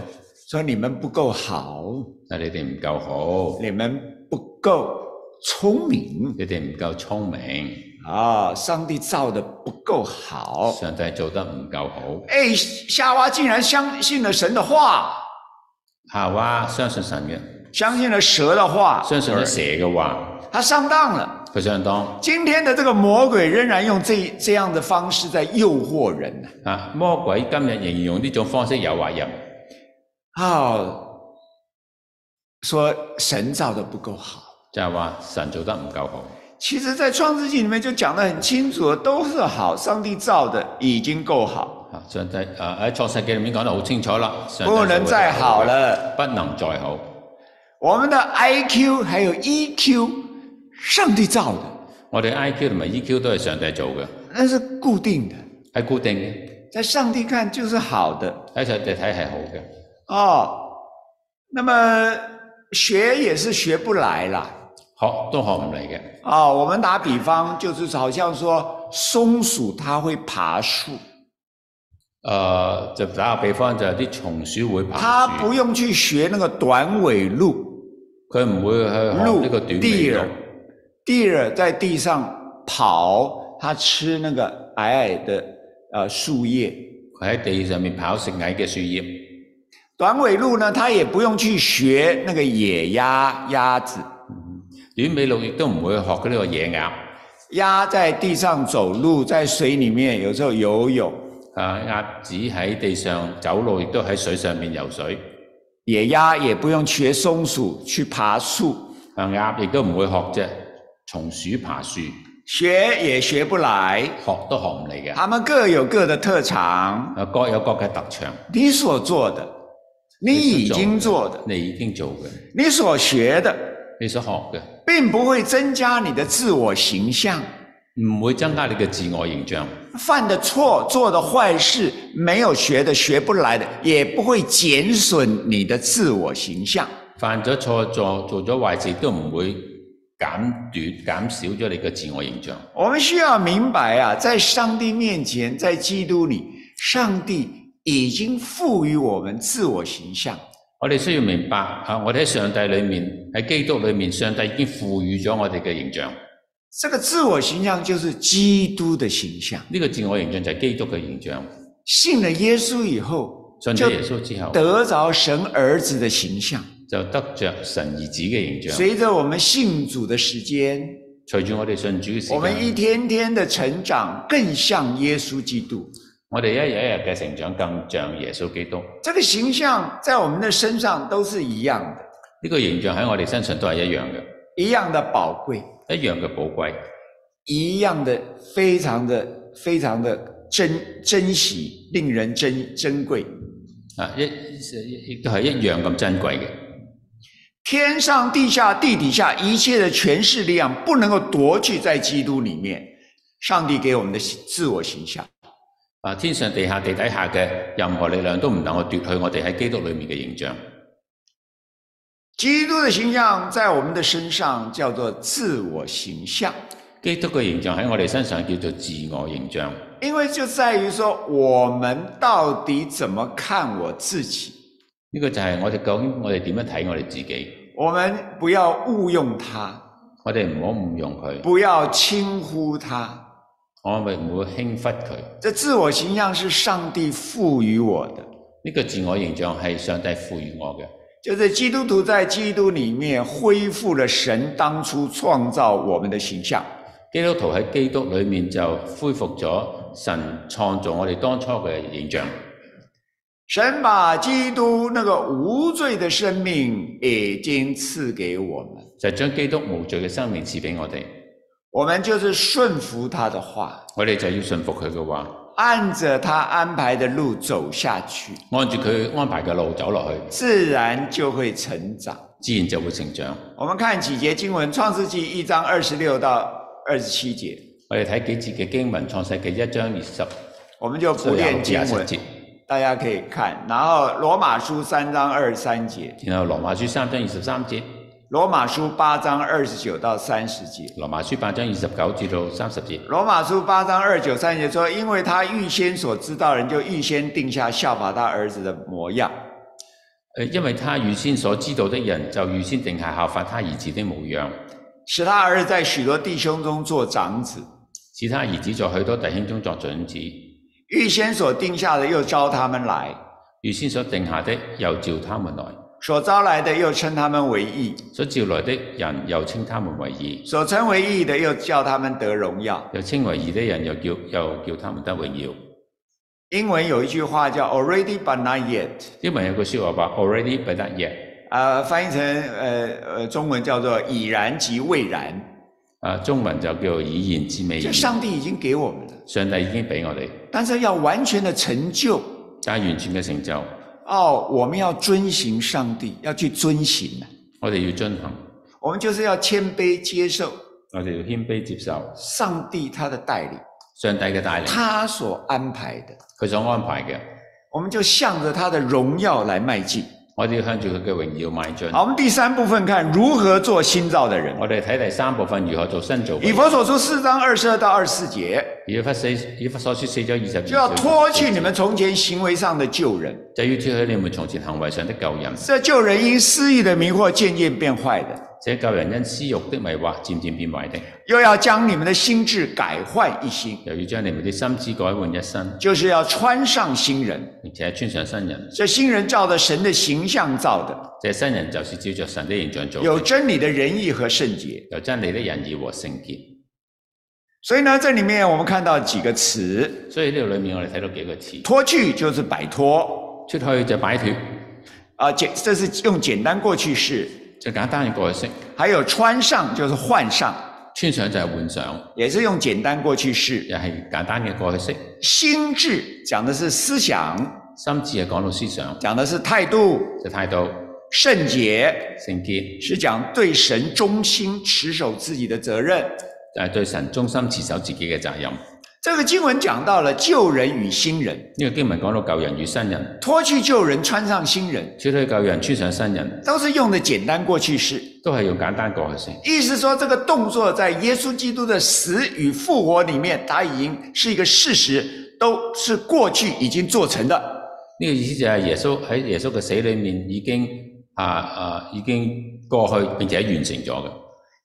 S3: 说你们不够好，
S2: 啊，你哋唔夠好，
S3: 你们不够聪明
S2: 你哋唔夠聰明，
S3: 啊，上帝造的不够好。
S2: 上帝做得唔夠好。
S3: 哎，夏娃竟然相信了神的话，
S2: 夏娃相信神嘅，
S3: 相信了蛇的话，
S2: 相信咗蛇嘅話，
S3: 他上当了。
S2: 佢上當
S3: 今天的这个魔鬼仍然用这这样的方式在诱惑人呢。
S2: 啊！魔鬼今日仍然用呢種方式誘惑人，
S3: 啊，说神造的不够好。
S2: 就係話神做得唔夠好。
S3: 其实，在创世纪里面就讲得很清楚了，都是好，上帝造的已经够好，
S2: 啊！上帝啊喺創世記裏面講得好清楚啦，上帝
S3: 不能再好
S2: 做得
S3: 了。
S2: 好，不能再好。
S3: 我们的 IQ 还有 EQ，上帝造的，
S2: 我哋 I Q 同埋 E Q 都係上帝做嘅，
S3: 那是固定的，
S2: 係固定嘅，
S3: 在上帝看就是好的
S2: 喺上帝睇係好嘅。
S3: 哦。那么学也是学不来啦。
S2: 學都學唔嚟嘅。
S3: 啊、我们打比方，就是好像说松鼠它会爬树，
S2: 誒、啊就打個比方，就係啲松鼠會爬
S3: 它不
S2: 樹，
S3: 用去学那个短尾鹿，
S2: 佢唔會去學
S3: 鹿
S2: 呢個哦短尾鹿
S3: deer deer 在地上跑，它吃那个矮矮的呃树叶。
S2: 佢喺地上面跑食矮嘅樹葉。
S3: 短尾鹿呢，它也不用去学那个野鸭鸭子，
S2: 短尾鹿亦都唔會學呢個野鴨，
S3: 鸭在地上走路，在水里面有时候游泳，
S2: 啊鴨子喺地上走路，亦都喺水上面游水。
S3: 野鸭也不用学松鼠去爬树，
S2: 啊鴨亦都唔會學啫，松鼠爬樹
S3: 学也学不来。
S2: 學都學唔嚟嘅。
S3: 它们各有各的特长，
S2: 啊各有各嘅特長，
S3: 你所做的，你已经做的，
S2: 你已經做嘅，
S3: 你所学的，
S2: 你所學嘅
S3: 并不会增加你的自我形象。
S2: 唔會增加你嘅自我形象。
S3: 犯的错、做的坏事，没有学的、学不来的，也不会减损你的自我形象。
S2: 犯咗錯做做咗壞事都唔會減短減少咗你嘅自我形象。
S3: 我们需要明白啊，在上帝面前，在基督里，上帝已经赋予我们自我形象。
S2: 我哋需要明白啊！我哋喺上帝裏面，喺基督裏面，上帝已經賦予咗我哋嘅形象。呢、
S3: 这个自我形象就是基督的形象。
S2: 個自我形象就係基督嘅形象。
S3: 信了耶稣以后，
S2: 信咗耶穌之後，
S3: 得着神儿子的形象。
S2: 就得着神兒子嘅形象。
S3: 随着我们信主的时间，
S2: 隨住我哋信主嘅時
S3: 我们一
S2: 間，
S3: 天天的成長，更像耶稣基督。
S2: 我哋一日一日嘅成長更像耶穌基督。呢、
S3: 这个形象在我们的身上都是一样的，
S2: 個形象喺我哋身上都係一樣
S3: 一样的宝贵，
S2: 嘅，一樣嘅寶貴，
S3: 一样的非常的非常的珍珍惜，令人珍珍贵。
S2: 啊一亦亦都係一樣咁珍貴嘅。
S3: 天上地下地底下一切的权势力量不能够夺去在基督里面上帝给我们的自我形象。
S2: 啊！天上、地下、地底下嘅任何力量都唔能夠奪去我哋喺基督裏面嘅形象。
S3: 基督的形象在我们的身上叫做自我形象，
S2: 基督嘅形象喺我哋身上叫做自我形象，
S3: 因为就在于说我们到底怎么看我自己。
S2: 呢、個就係我哋究竟我哋點樣睇我哋自己，
S3: 我们不要误用它，
S2: 我哋唔好誤用佢，
S3: 不要轻忽它。
S2: 我咪唔會輕忽佢。呢、
S3: 这自我形象是上帝赋予我的，
S2: 個自我形象係上帝賦予我嘅，
S3: 就是基督徒在基督里面恢复了神当初创造我们的形象。
S2: 基督徒喺基督裏面就恢復咗神創造我哋當初嘅形象。
S3: 神把基督那个无罪的生命已经赐给我们，
S2: 就係將基督無罪嘅生命賜俾我哋，
S3: 我们就是顺服他的话，
S2: 我哋就要信服佢嘅話，
S3: 按着他安排的路走下去，
S2: 按住佢安排嘅路走落去，
S3: 自然就会成长。
S2: 自然就會成長。
S3: 我们看几节经文，《创世纪》一章二十六到二十七节，
S2: 我哋睇幾節嘅經文，《創世記》一章二十
S3: 我们就不
S2: 到
S3: 念
S2: 廿
S3: 经
S2: 四
S3: 文，
S2: 節，
S3: 大家可以看。然后《罗马书》三章二十三节，
S2: 然後《羅馬書》三章二十三節，《
S3: 《罗马书》八章二十九到三十节，《
S2: 羅馬書》八章二十九至到三十節，
S3: 罗马书》八章二九三节说：“因为他预先所知道的人，就预先定下效法他儿子的模样。
S2: 呃因為他預先所知道的人，就預先定下效法他兒子的模樣，
S3: 使他儿子在许多弟兄中做长子。
S2: 使他兒子在許多弟兄中作長子，
S3: 预先所定下的又招他们来，
S2: 預先所定下的又召他們來，
S3: 所招来的又称他们为义，
S2: 所召來的人又稱他們為義，
S3: 所称为义的又叫他们得荣耀。
S2: 又稱為義的人又叫又叫他們得榮耀。
S3: 英文有一句话叫 “already but not yet”，
S2: 英文有句説話話 already but not yet，
S3: 呃，翻译成呃呃中文叫做“已然及未然
S2: 啊中文就叫已然之”，未
S3: 就
S2: 然。
S3: 上帝已经给我们了，
S2: 上帝已經俾我哋，
S3: 但是要完全的成就
S2: 但係完全嘅成就，
S3: 哦，我们要遵行上帝，要去遵行啊
S2: 我哋要遵行，
S3: 我们就是要谦卑接受
S2: 我哋要謙卑接受
S3: 上帝他的带领，
S2: 上帝嘅帶領，
S3: 他所安排的，
S2: 佢所安排嘅，
S3: 我们就向着他的荣耀来迈进。
S2: 我哋要向住佢嘅榮耀邁進。
S3: 好，我们第三部分看如何做新造的人。
S2: 我哋睇第三部分如何做新造嘅
S3: 以
S2: 人。
S3: 佛所书四章二十二到二十四节，
S2: 以弗所以弗所書四章二十二
S3: 就要脱去
S2: 節
S3: 你们从前行为上的旧人，
S2: 就要脱去你們從前行為上的舊人，
S3: 这旧人因私欲的迷惑渐渐变坏的，
S2: 這舊人因私欲的迷惑漸漸變壞的，
S3: 又要将你们的心智改换一新，
S2: 又要將你們的心思改換一新，
S3: 就是要穿上新人。
S2: 並且穿上新人。
S3: 这新人照着神的形象造的，
S2: 這新人就是照着神的形象做
S3: 有
S2: 的，
S3: 真理的仁义和圣洁。
S2: 有真理的仁義和聖潔。
S3: 所以呢，这里面我们看到几个词：
S2: 所以呢度裡面我哋睇到幾個詞，
S3: 脱去就是摆脱，
S2: 出去就擺脱，
S3: 啊、简这是用简单过去式；
S2: 就簡單嘅過去式；
S3: 还有穿上就是换上，
S2: 穿上就係換上，
S3: 也是用简单过去式。
S2: 又係簡單嘅過去式。
S3: 心智讲的是思想，
S2: 心智係講到思想，
S3: 讲的是态度；
S2: 就態度、
S3: 圣洁
S2: 聖潔，
S3: 是讲对神忠心，持守自己的责任。
S2: 就係對神忠心持守自己嘅責任。呢、
S3: 这个经文讲到了旧人与新人，
S2: 個經文講到舊人與新人，
S3: 脱去旧人，穿上新人，
S2: 出去舊人穿上新人。
S3: 都是用的简单过去式。
S2: 都係用簡單過去式，
S3: 意思说，这个动作在耶稣基督的死与复活里面，它已经是一个事实，都是过去已经做成的。
S2: 呢、個意思就係耶穌喺耶穌嘅死裏面已經啊啊已經過去並且完成咗嘅，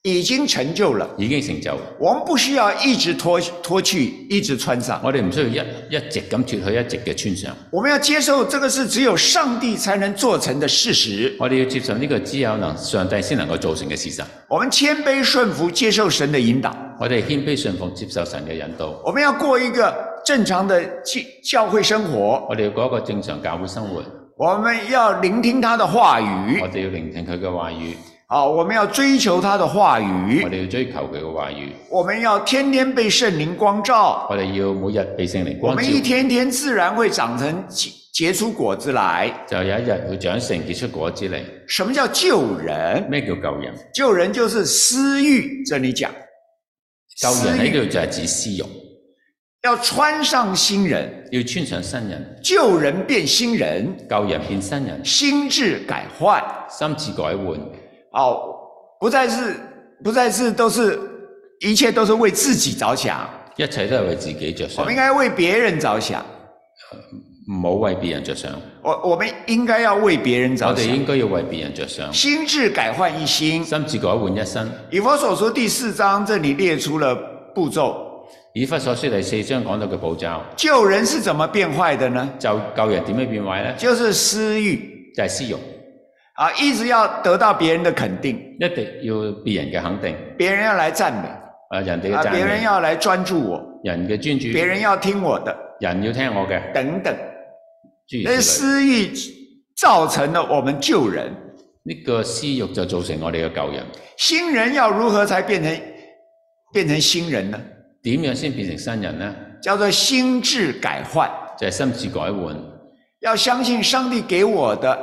S3: 已经成就了，
S2: 已經成就。
S3: 我们不需要一直脱脱去，一直穿上。
S2: 我哋唔需要一一直咁脱去，一直嘅穿上。
S3: 我们要接受这个是只有上帝才能做成的事实。
S2: 我哋要接受呢個只有能上帝先能夠造成嘅事實。
S3: 我们谦卑顺服，接受神的引导。
S2: 我哋謙卑信服，接受神嘅引導。
S3: 我们要过一个正常的教教会生活。
S2: 我哋要過一個正常教會生活，
S3: 我们要聆听他的话语
S2: 我，哋要聆聽佢嘅話語，
S3: 啊，我们要追求他的话
S2: 我
S3: 语。
S2: 哋要追求佢嘅話語，
S3: 我们要天天被圣灵光照，
S2: 我哋要每日被聖靈
S3: 我
S2: 光照
S3: 们，一天天自然会长成结结出果子来。
S2: 就有一日會長成結出果子嚟。
S3: 什么叫救人？
S2: 咩叫救人？
S3: 救人就是私欲，这里讲
S2: 救人
S3: 私
S2: 喺
S3: 欲
S2: 呢度就係指私欲。
S3: 要穿上新人，
S2: 要穿上新人，
S3: 救人变新人。
S2: 舊人變新人，
S3: 心智改换
S2: 心智改換，
S3: 哦，不再是不再是都是一切都是為自己着想，
S2: 一切都係為自己着
S3: 我
S2: 想
S3: 們，應該為別人着想，
S2: 唔好為別人着想。
S3: 我我們應該要為別人
S2: 我
S3: 着
S2: 哋
S3: 想。
S2: 應該要為別人着想，
S3: 心智改换一心，
S2: 心智改換一生。
S3: 以佛所说第四章这里列出了步骤，
S2: 以弗所書第四章講到嘅步驟，
S3: 救人是怎么变坏的呢？
S2: 就救人點樣變壞呢？
S3: 就是私欲
S2: 就係、私欲，
S3: 啊，一直要得到別人的肯定，
S2: 一定要別人嘅肯定，
S3: 別人要来赞美
S2: 啊人哋嘅
S3: 啊，
S2: 讚
S3: 別人
S2: 美，嗯
S3: 要来專注我，
S2: 人嘅專注，
S3: 別人要听我的，
S2: 人要聽我嘅，
S3: 等等。
S2: 諸
S3: 那
S2: 如
S3: 是
S2: 此類。
S3: 私欲造成了我们救人。
S2: 呢、個私欲就造成我哋嘅救人。
S3: 新人要如何才变成变成新人呢？
S2: 點樣先變成新人呢？
S3: 叫做心智改换，
S2: 就係、心智改換，
S3: 要相信上帝给我的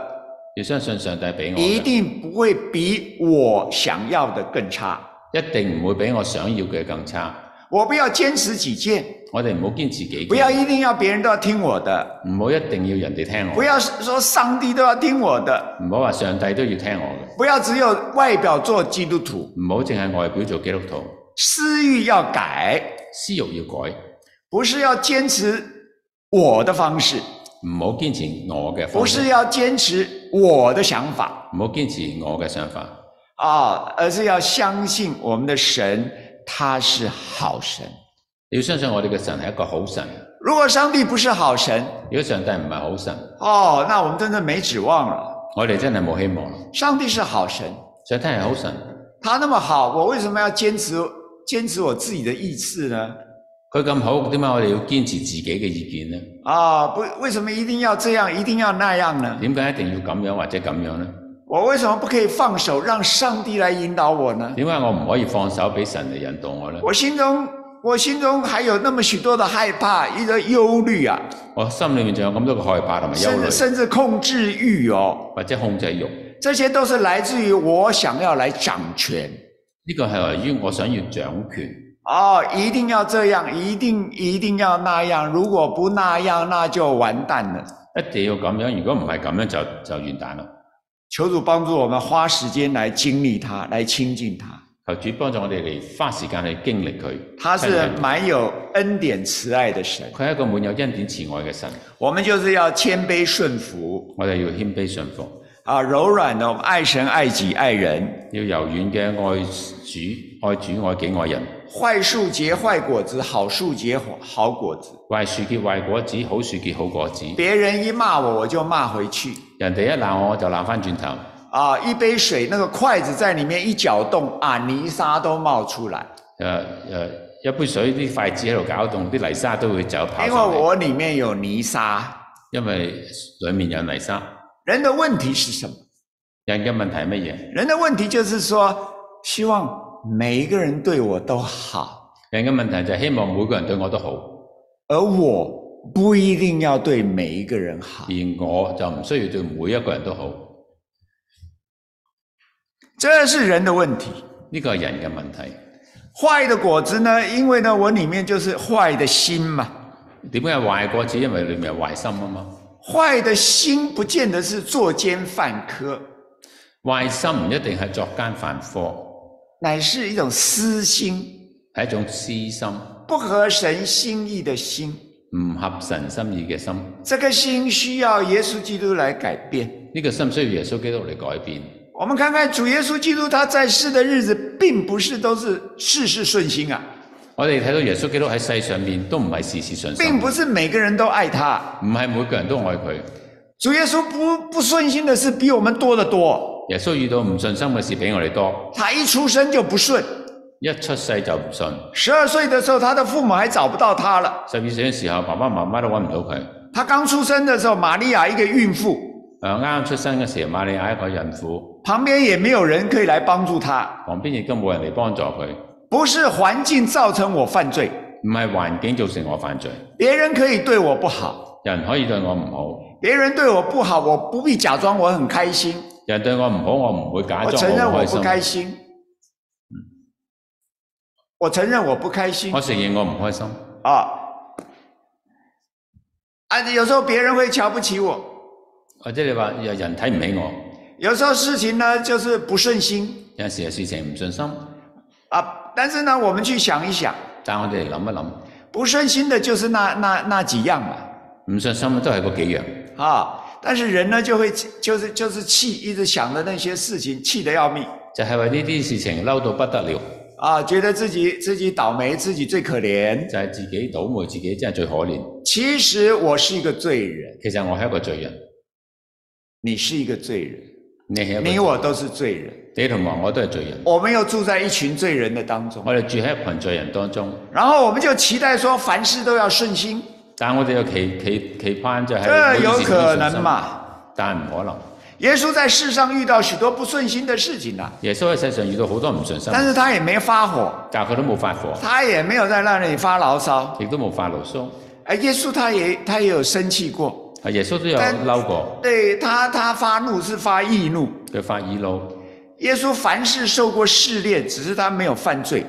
S2: 要相信上帝俾我
S3: 一
S2: 嘅。
S3: 定不会比我想要的更差。
S2: 一定唔會比我想要嘅更差。
S3: 我不要坚持己见，
S2: 我哋唔好堅持己
S3: 不要
S2: 見，
S3: 一定要别人都要听我的，
S2: 唔好一定要人哋聽
S3: 不
S2: 我，
S3: 要说上帝都要听我的，
S2: 唔好話上帝都要聽我嘅，
S3: 不要只有外表做基督徒，
S2: 唔好淨係外表做基督徒。
S3: 私欲要改，
S2: 私欲要改，
S3: 不是要坚持我的方式，
S2: 唔好堅持我嘅
S3: 不
S2: 方式
S3: 是，要坚持我的想法，
S2: 唔好堅持我嘅想法，
S3: 啊，而是要相信我们的神他是好神。
S2: 你要相信我哋嘅神係一個好神。
S3: 如果上帝不是好神，
S2: 如果上帝唔係好神，
S3: 哦，那我们真的没指望了。
S2: 我哋真係冇希望啦。
S3: 上帝是好神，
S2: 上帝係好神，
S3: 他那么好，我为什么要坚持坚持我自己的意志呢？
S2: 佢咁好，點解我哋要堅持自己嘅意見呢？
S3: 啊，不，为什么一定要这样，一定要那样呢？
S2: 點解一定要咁樣或者咁樣呢？
S3: 我为什么不可以放手让上帝来引导我呢？
S2: 點解我唔可以放手俾神嚟引導我呢？
S3: 我心中，我心中还有那么许多的害怕，一个忧虑啊，
S2: 我心裏面仲有咁多嘅害怕同埋憂
S3: 甚至
S2: 慮，
S3: 甚至控制欲哦，
S2: 或者控制欲，呢、
S3: 这些都是来自于我想要来掌权
S2: 個係由於我想要掌權，
S3: 哦，一定要这样，一定一定要那样，如果不那样，那就完蛋了。
S2: 一定要咁樣。如果唔係咁樣就就完蛋啦。
S3: 求主帮助我们花时间来经历它，来亲近它。
S2: 求主幫助我哋嚟花時間去經歷佢。
S3: 他
S2: 親
S3: 是
S2: 近
S3: 蛮有恩典慈爱的神，
S2: 佢係一個滿有恩典慈愛嘅神，
S3: 我们就是要谦卑顺服
S2: 我哋要謙卑信服，
S3: 啊，柔软的，我们爱神爱己爱人，
S2: 要柔軟嘅愛主、愛主、愛己、愛人。
S3: 坏树结坏果子，好树结好果子。
S2: 壞樹結壞果子，好樹結好果子。
S3: 别人一骂我，我就罵回去
S2: 人哋一鬧我，我就鬧翻轉頭。
S3: 啊！一杯水，那个筷子在里面一搅动啊，泥沙都冒出来，
S2: 誒、誒，呃一杯水啲筷子喺度搞動，啲泥沙都會走跑
S3: 因为
S2: 上嚟，
S3: 我里面有泥沙。
S2: 因為裡面有泥沙。
S3: 人的问题是什么？
S2: 人嘅問題係乜嘢？
S3: 人的问题就是说，希望每一个人对我都好，
S2: 人嘅問題就係希望每個人對我都好，
S3: 而我不一定要对每一个人好
S2: 而。我就唔需要對每一個人都好。
S3: 这是人的问题。
S2: 呢個係人嘅問題。
S3: 坏的果子呢？因为呢，我里面就是坏的心嘛。
S2: 點解壞果子？因為裡面有壞心啊嘛。
S3: 坏的心不见得是作奸犯科，
S2: 壞心唔一定係作奸犯科，
S3: 乃是一种私心，
S2: 係一種私心，
S3: 不合神心意的心。
S2: 唔合神心意嘅心。呢、
S3: 这个心需要耶稣基督来改变。
S2: 個心需要耶穌基督嚟改變。
S3: 我们看看主耶稣基督他在世的日子，并不是都是事事顺心啊，
S2: 我哋睇到耶穌基督喺世上面都唔係事事順心，
S3: 并不
S2: 唔
S3: 是每个人都爱他。
S2: 係每個人都愛佢。
S3: 主耶稣不不顺心的事比我们多得多，
S2: 耶穌遇到唔信心嘅事比我哋多，
S3: 他一出生就不顺，
S2: 一出世就唔信，
S3: 十二岁的时候他的父母还找不到他了。
S2: 十二歲嘅時候爸爸媽媽都揾唔到佢。
S3: 他刚出生的时候，玛利亚一个孕妇，
S2: 誒呃啱啱出生嘅時候，瑪利亞一個孕婦，
S3: 旁边也没有人可以來幫助他。
S2: 旁邊亦都冇人嚟幫助佢，
S3: 不是環境造成我犯罪，
S2: 唔係環境造成我犯罪，
S3: 別人可以對我不好，
S2: 人可以對我唔好，
S3: 別人對我不好，我不必假裝我很開心，
S2: 人對我唔好，我唔會假
S3: 我
S2: 裝
S3: 承認
S2: 我好
S3: 我不
S2: 開
S3: 開
S2: 心，
S3: 心，我承認我不開心
S2: 我承認我唔開心。
S3: 啊啊！有時候別人會瞧不起我，
S2: 或者你話有人睇唔起我，
S3: 有時候事情呢就是不順心
S2: 有時有事情唔信心，
S3: 啊。但是呢，我們去想一想，
S2: 但我哋嚟諗一諗，
S3: 不順心的就是那那那幾樣嘛、
S2: 唔信心都係嗰幾樣。
S3: 啊，但是人呢就会就是就是气，一直想着那些事情，气得要命
S2: 就係為呢啲事情嬲到不得了，
S3: 啊，觉得自己自己倒霉，自己最可怜。
S2: 就係、自己倒霉，自己真係最可憐。
S3: 其实我是一个罪人，
S2: 其實我係一個罪人，
S3: 你是一个罪人，
S2: 你係一
S3: 你
S2: 個，
S3: 我都是罪人。
S2: 你同埋我都係罪人。
S3: 我们又住在一群罪人的当中，
S2: 我哋住喺一群罪人當中，
S3: 然后我们就期待说凡事都要顺心，
S2: 但我哋有期期期盼就係
S3: 这
S2: 每件
S3: 有
S2: 事都
S3: 可
S2: 順
S3: 能
S2: 心？
S3: 嘛？
S2: 但唔可能。
S3: 耶稣在世上遇到许多不顺心的事情啊，
S2: 耶穌喺世上遇到好多唔信心，
S3: 但是他也没发火，
S2: 但佢都冇發火，
S3: 他也没有在那里发牢骚。
S2: 亦都冇發牢騷。
S3: 哎，耶穌他也他也有生气过，
S2: 啊，耶穌都有
S3: 但
S2: 嬲過，
S3: 对他，他发怒是发易怒。
S2: 佢發耳怒。
S3: 耶稣凡事受过试炼，只是他没有犯罪。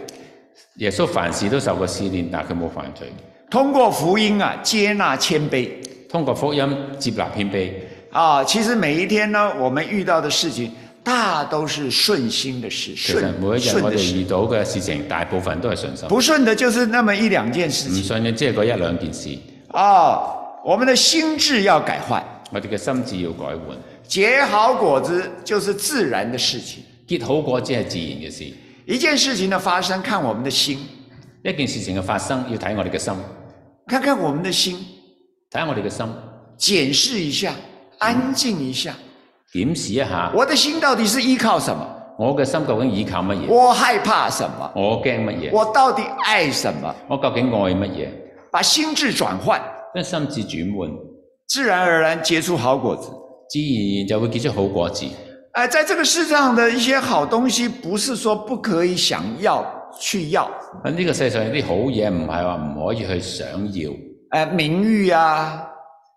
S2: 耶穌凡事都受過試煉，但佢冇犯罪。
S3: 通过福音啊，接纳谦卑
S2: 通過福音接納謙卑。
S3: 啊。其实每一天呢，我们遇到的事情，大都是顺心的事，
S2: 其實
S3: 顺
S2: 每一日
S3: 顺
S2: 我
S3: 的
S2: 哋
S3: 事。
S2: 遇到嘅事情，大部分都係順心。
S3: 不顺的就是那么一两件事
S2: 唔
S3: 情
S2: 信嘅只係嗰一兩件事，
S3: 啊。我们的心智要改换，
S2: 我哋嘅心智要改換。
S3: 结好果子就是自然的事情。
S2: 結好果子係自然嘅事。
S3: 一件事情的发生，看我们的心，
S2: 一件事情嘅發生，要睇我哋嘅心，
S3: 看看我们的心，
S2: 睇下我哋嘅心，
S3: 检视一下，安静一下，
S2: 檢視一下
S3: 我的心到底是依靠什么？
S2: 我嘅心究竟倚靠乜嘢，
S3: 我害怕什么？
S2: 我驚乜嘢，
S3: 我到底爱什么？
S2: 我究竟愛乜嘢，
S3: 把心智转换，
S2: 將心智轉換，
S3: 自然而然结出好果子。
S2: 自然就會結出好果子。
S3: 哎，在这个世上的一些好东西，不是说不可以想要去要，
S2: 喺呢個世上有啲好嘢唔係話唔可以去想要，
S3: 哎，名誉啊、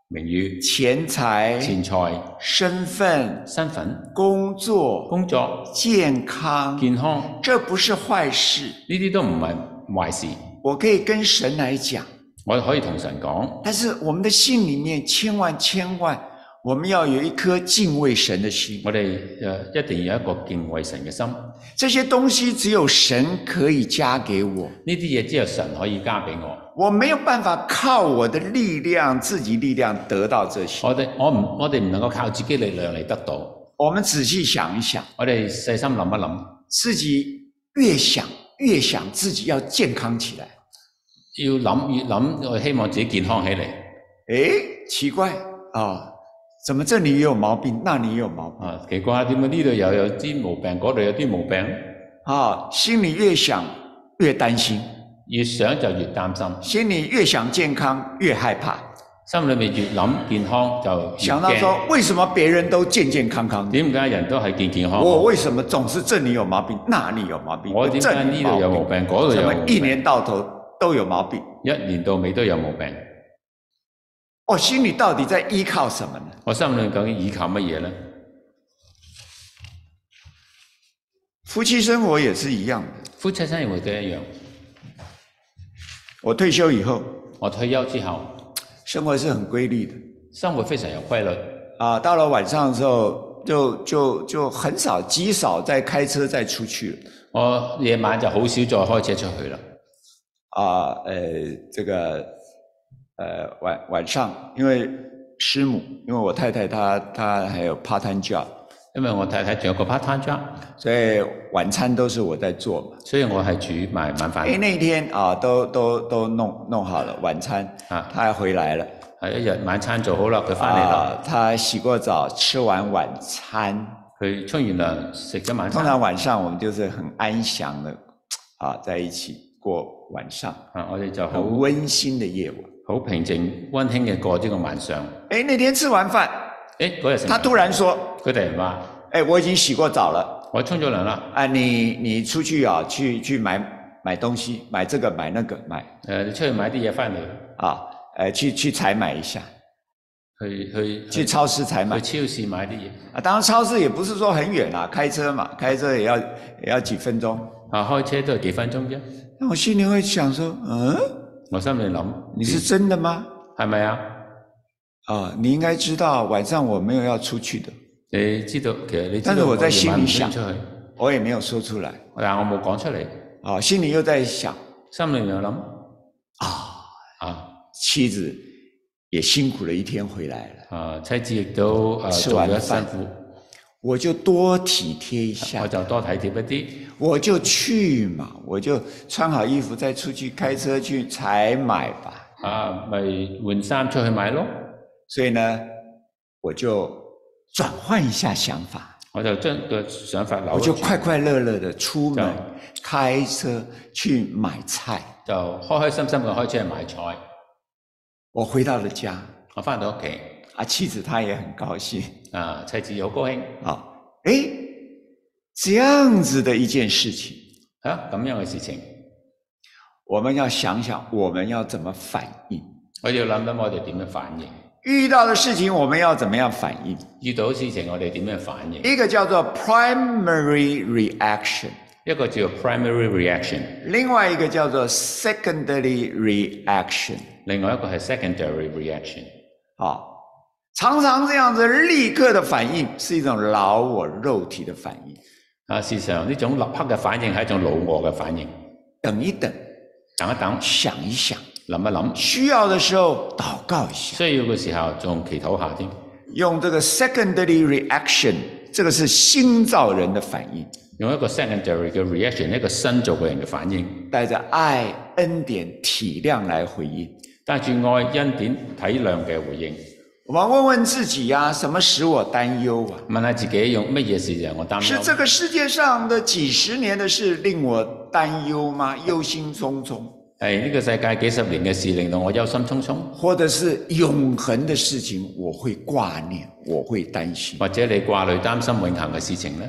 S2: 名譽、
S3: 钱财、
S2: 錢財、
S3: 身份、
S2: 身份、
S3: 工作、
S2: 工作、
S3: 健康，
S2: 健康，呢
S3: 这不是坏事。
S2: 啲都唔係壞事。
S3: 我可以跟神来讲，
S2: 我可以同神講，
S3: 但是我们的心里面千万千万，我们要有一颗敬畏神的心。
S2: 我哋呃一定要有一個敬畏神嘅心。呢
S3: 这些东西只有神可以加给我，
S2: 啲嘢只有神可以加俾我。
S3: 我没有办法靠我的力量、自己力量得到这些。
S2: 我哋我唔我哋唔能夠靠自己力量嚟得到。
S3: 我们仔细想一想。
S2: 我哋細心諗一諗，
S3: 自己越想越想自己要健康起来。
S2: 要諗越諗，我希望自己健康起嚟。
S3: 诶，奇怪啊、怎么这里也有毛病，那里也有毛病
S2: 啊，奇怪點解呢度又有啲毛病，嗰度有啲毛病，
S3: 啊、心里越想越担心，
S2: 越想就越擔心。
S3: 心里越想健康越害怕，
S2: 心裏面越諗健康就越
S3: 想到
S2: 驚。
S3: 说为什么别人都健健康康的，
S2: 點解人都係健健康康？
S3: 我为什么总是这里有毛病，那里有毛病，
S2: 我
S3: 这
S2: 點解
S3: 里
S2: 呢度有毛病，嗰度
S3: 怎
S2: 有
S3: 么
S2: 毛
S3: 一
S2: 病？
S3: 年到头都有毛病？
S2: 一年到尾都有毛病。
S3: 我、哦心里到底在依靠什么呢？
S2: 我心裏究竟依靠乜嘢呢？
S3: 夫妻生活也是一样的。
S2: 夫妻生活都一樣。
S3: 我退休以后，
S2: 我退休之後，
S3: 生活是很规律的。
S2: 生活非常有規律。
S3: 啊，到了晚上的时候，就就就很少极少再开车再出去了
S2: 我夜晚就好少再開車出去啦。
S3: 啊，呃，这个呃晚晚上，因为师母，因为我太太她她还有 part time job，
S2: 因為我太太仲有個 part time job，
S3: 所以晚餐都是我在做嘛。
S2: 所以我係煮埋晚
S3: 哎，
S2: 飯。
S3: 那天啊，都都都弄弄好了晚餐，
S2: 啊
S3: 她还回来了，
S2: 係一日晚餐做好啦，佢翻嚟啦，
S3: 啊，她洗过澡，吃完晚餐，
S2: 佢沖完涼食咗晚
S3: 通
S2: 餐。
S3: 常晚上我们就是很安详的啊，在一起过晚上。
S2: 啊，我哋就好
S3: 很温馨的夜晚。
S2: 好平靜温馨嘅過呢個晚上。
S3: 哎，那天吃完飯，
S2: 誒嗰日食
S3: 他
S2: 晚
S3: 突然说
S2: 佢突然話：：“
S3: 哎，我已经洗过澡了
S2: 我沖咗涼啦，
S3: 啊，你你出去啊，去去买买东西，买这个买那个买
S2: 誒、你出去買啲嘢翻嚟，
S3: 啊，呃，去去采买一下，
S2: 去去
S3: 去
S2: 去
S3: 超市采买
S2: 去超市買啲嘢。
S3: 啊。当然，超市也不是说很远啊，开车嘛，开车也要也要几分钟。
S2: 啊，開車都係幾分鐘啫。
S3: 那我心里会想说，嗯，
S2: 我心裏諗
S3: 你是真的吗？
S2: 係咪啊？
S3: 啊，你应该知道晚上我没有要出去的，
S2: 你知道其實你知
S3: 但是
S2: 道
S3: 我
S2: 我
S3: 在心
S2: 夜晚
S3: 裏
S2: 唔想
S3: 想
S2: 出去，
S3: 我也没有说出来
S2: 但我冇講出嚟，
S3: 啊，心里又在想
S2: 心裏面有諗
S3: 啊。”
S2: 啊
S3: 妻子也辛苦了一天回来了，
S2: 啊，妻子亦都誒、啊
S3: 吃
S2: 做
S3: 完
S2: 咗
S3: 飯
S2: 辛苦，
S3: 我就多体贴一
S2: 我
S3: 下，
S2: 就多體貼一啲，
S3: 我就去嘛，我就穿好衣服再出去开车去采买吧。
S2: 啊，咪換衫出去買咯。
S3: 所以呢，我就转换一下想法，
S2: 我就將個想法扭
S3: 我就
S2: 轉，
S3: 快快乐乐的出门
S2: 对
S3: 开车去买菜。
S2: 就開開心心咁開車去買菜。
S3: 我回到了家，
S2: 我翻到屋企，
S3: 啊，妻子她也很高兴
S2: 啊，妻子好高興
S3: 啊，诶，这样子的一件事情，
S2: 啊，咁樣嘅事情。
S3: 我们要想想我们要怎么反应。
S2: 我要諗諗我哋點樣反應，
S3: 遇到的事情，我们要怎么样反應？
S2: 遇到事情我哋點樣反應。
S3: 一個叫做 primary reaction，
S2: 一個叫 primary reaction，
S3: 另外一個叫做 secondary reaction。
S2: 另外一個係 secondary reaction。
S3: 啊，常常这样子立刻的反應是一種老我肉体的反應。
S2: 啊，事實上呢種立刻嘅反應係一種老我嘅反應。
S3: 等一等，
S2: 等一等，
S3: 想一想，
S2: 諗一諗，
S3: 需要的時候禱告一下，
S2: 需要嘅時候仲祈禱下添。
S3: 用這個 secondary reaction 这个是新造人的反应，
S2: 用一個 secondary 嘅 reaction，一個新造嘅人嘅反應，
S3: 带着爱、恩典、体谅来回应。
S2: 帶住愛、恩典、體諒嘅回應。
S3: 我们问问自己呀、什么使我担忧啊？
S2: 問下自己用乜嘢事讓我擔
S3: 是这
S2: 憂？
S3: 个世界上的几十年的事令我担忧吗？忧心忡忡，
S2: 係哎呢個世界幾十年嘅事令到我憂心忡忡，
S3: 或者是永恒的事情，我会挂念，我会担心。
S2: 或者你掛慮擔心永恆嘅事情呢？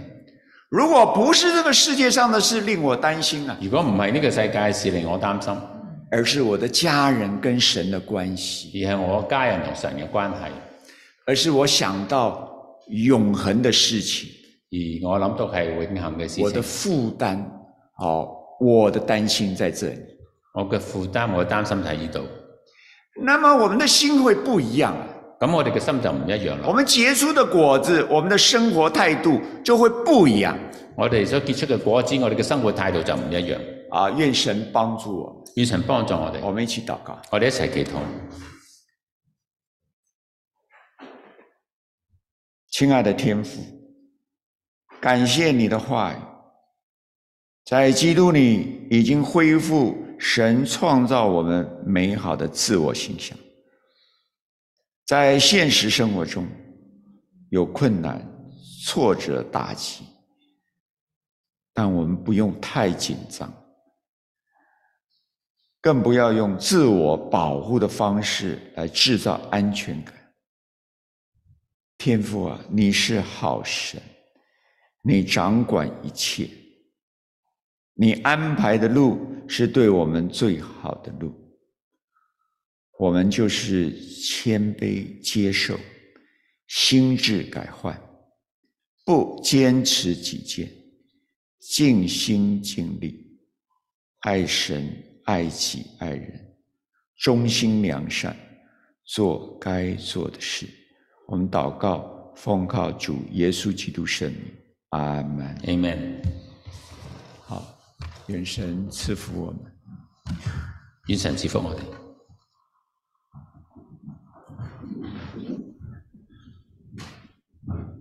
S3: 如果不是这个世界上的事令我担心啊，
S2: 如果唔係呢個世界嘅事令我擔心，而
S3: 而是我的家人跟神的关系，
S2: 係我家人同神嘅關係，
S3: 而是我想到永恒的事情，
S2: 而我諗到係永恆嘅
S3: 我
S2: 事
S3: 的
S2: 情，
S3: 负担，好、我的担心在这里。
S2: 我嘅負擔、我嘅擔心喺呢度。
S3: 那么我们的心会不一样啊，
S2: 咁我哋嘅心就唔一樣
S3: 我
S2: 啦。
S3: 们结出的果子，我们的生活态度就会不一样
S2: 我哋所結出嘅果子，我哋嘅生活態度就唔一樣。
S3: 啊！愿神帮助我，
S2: 願神幫助我
S3: 我
S2: 哋，
S3: 们一起祷告。
S2: 我哋一齊祈禱。
S3: 亲爱的天父，感谢你的话语，在基督里已经恢复神创造我们美好的自我形象。在现实生活中，有困难、挫折、打击，但我们不用太紧张，更不要用自我保护的方式来制造安全感。天父啊，你是好神，你掌管一切，你安排的路是对我们最好的路。我们就是谦卑接受，心智改换，不坚持己见，尽心尽力，爱神、爱己、爱人，忠心良善，做该做的事。我们祷告，奉靠主耶稣基督圣名，阿门。
S2: Amen。
S3: 好，愿神赐福我们。
S2: 願神賜福我哋。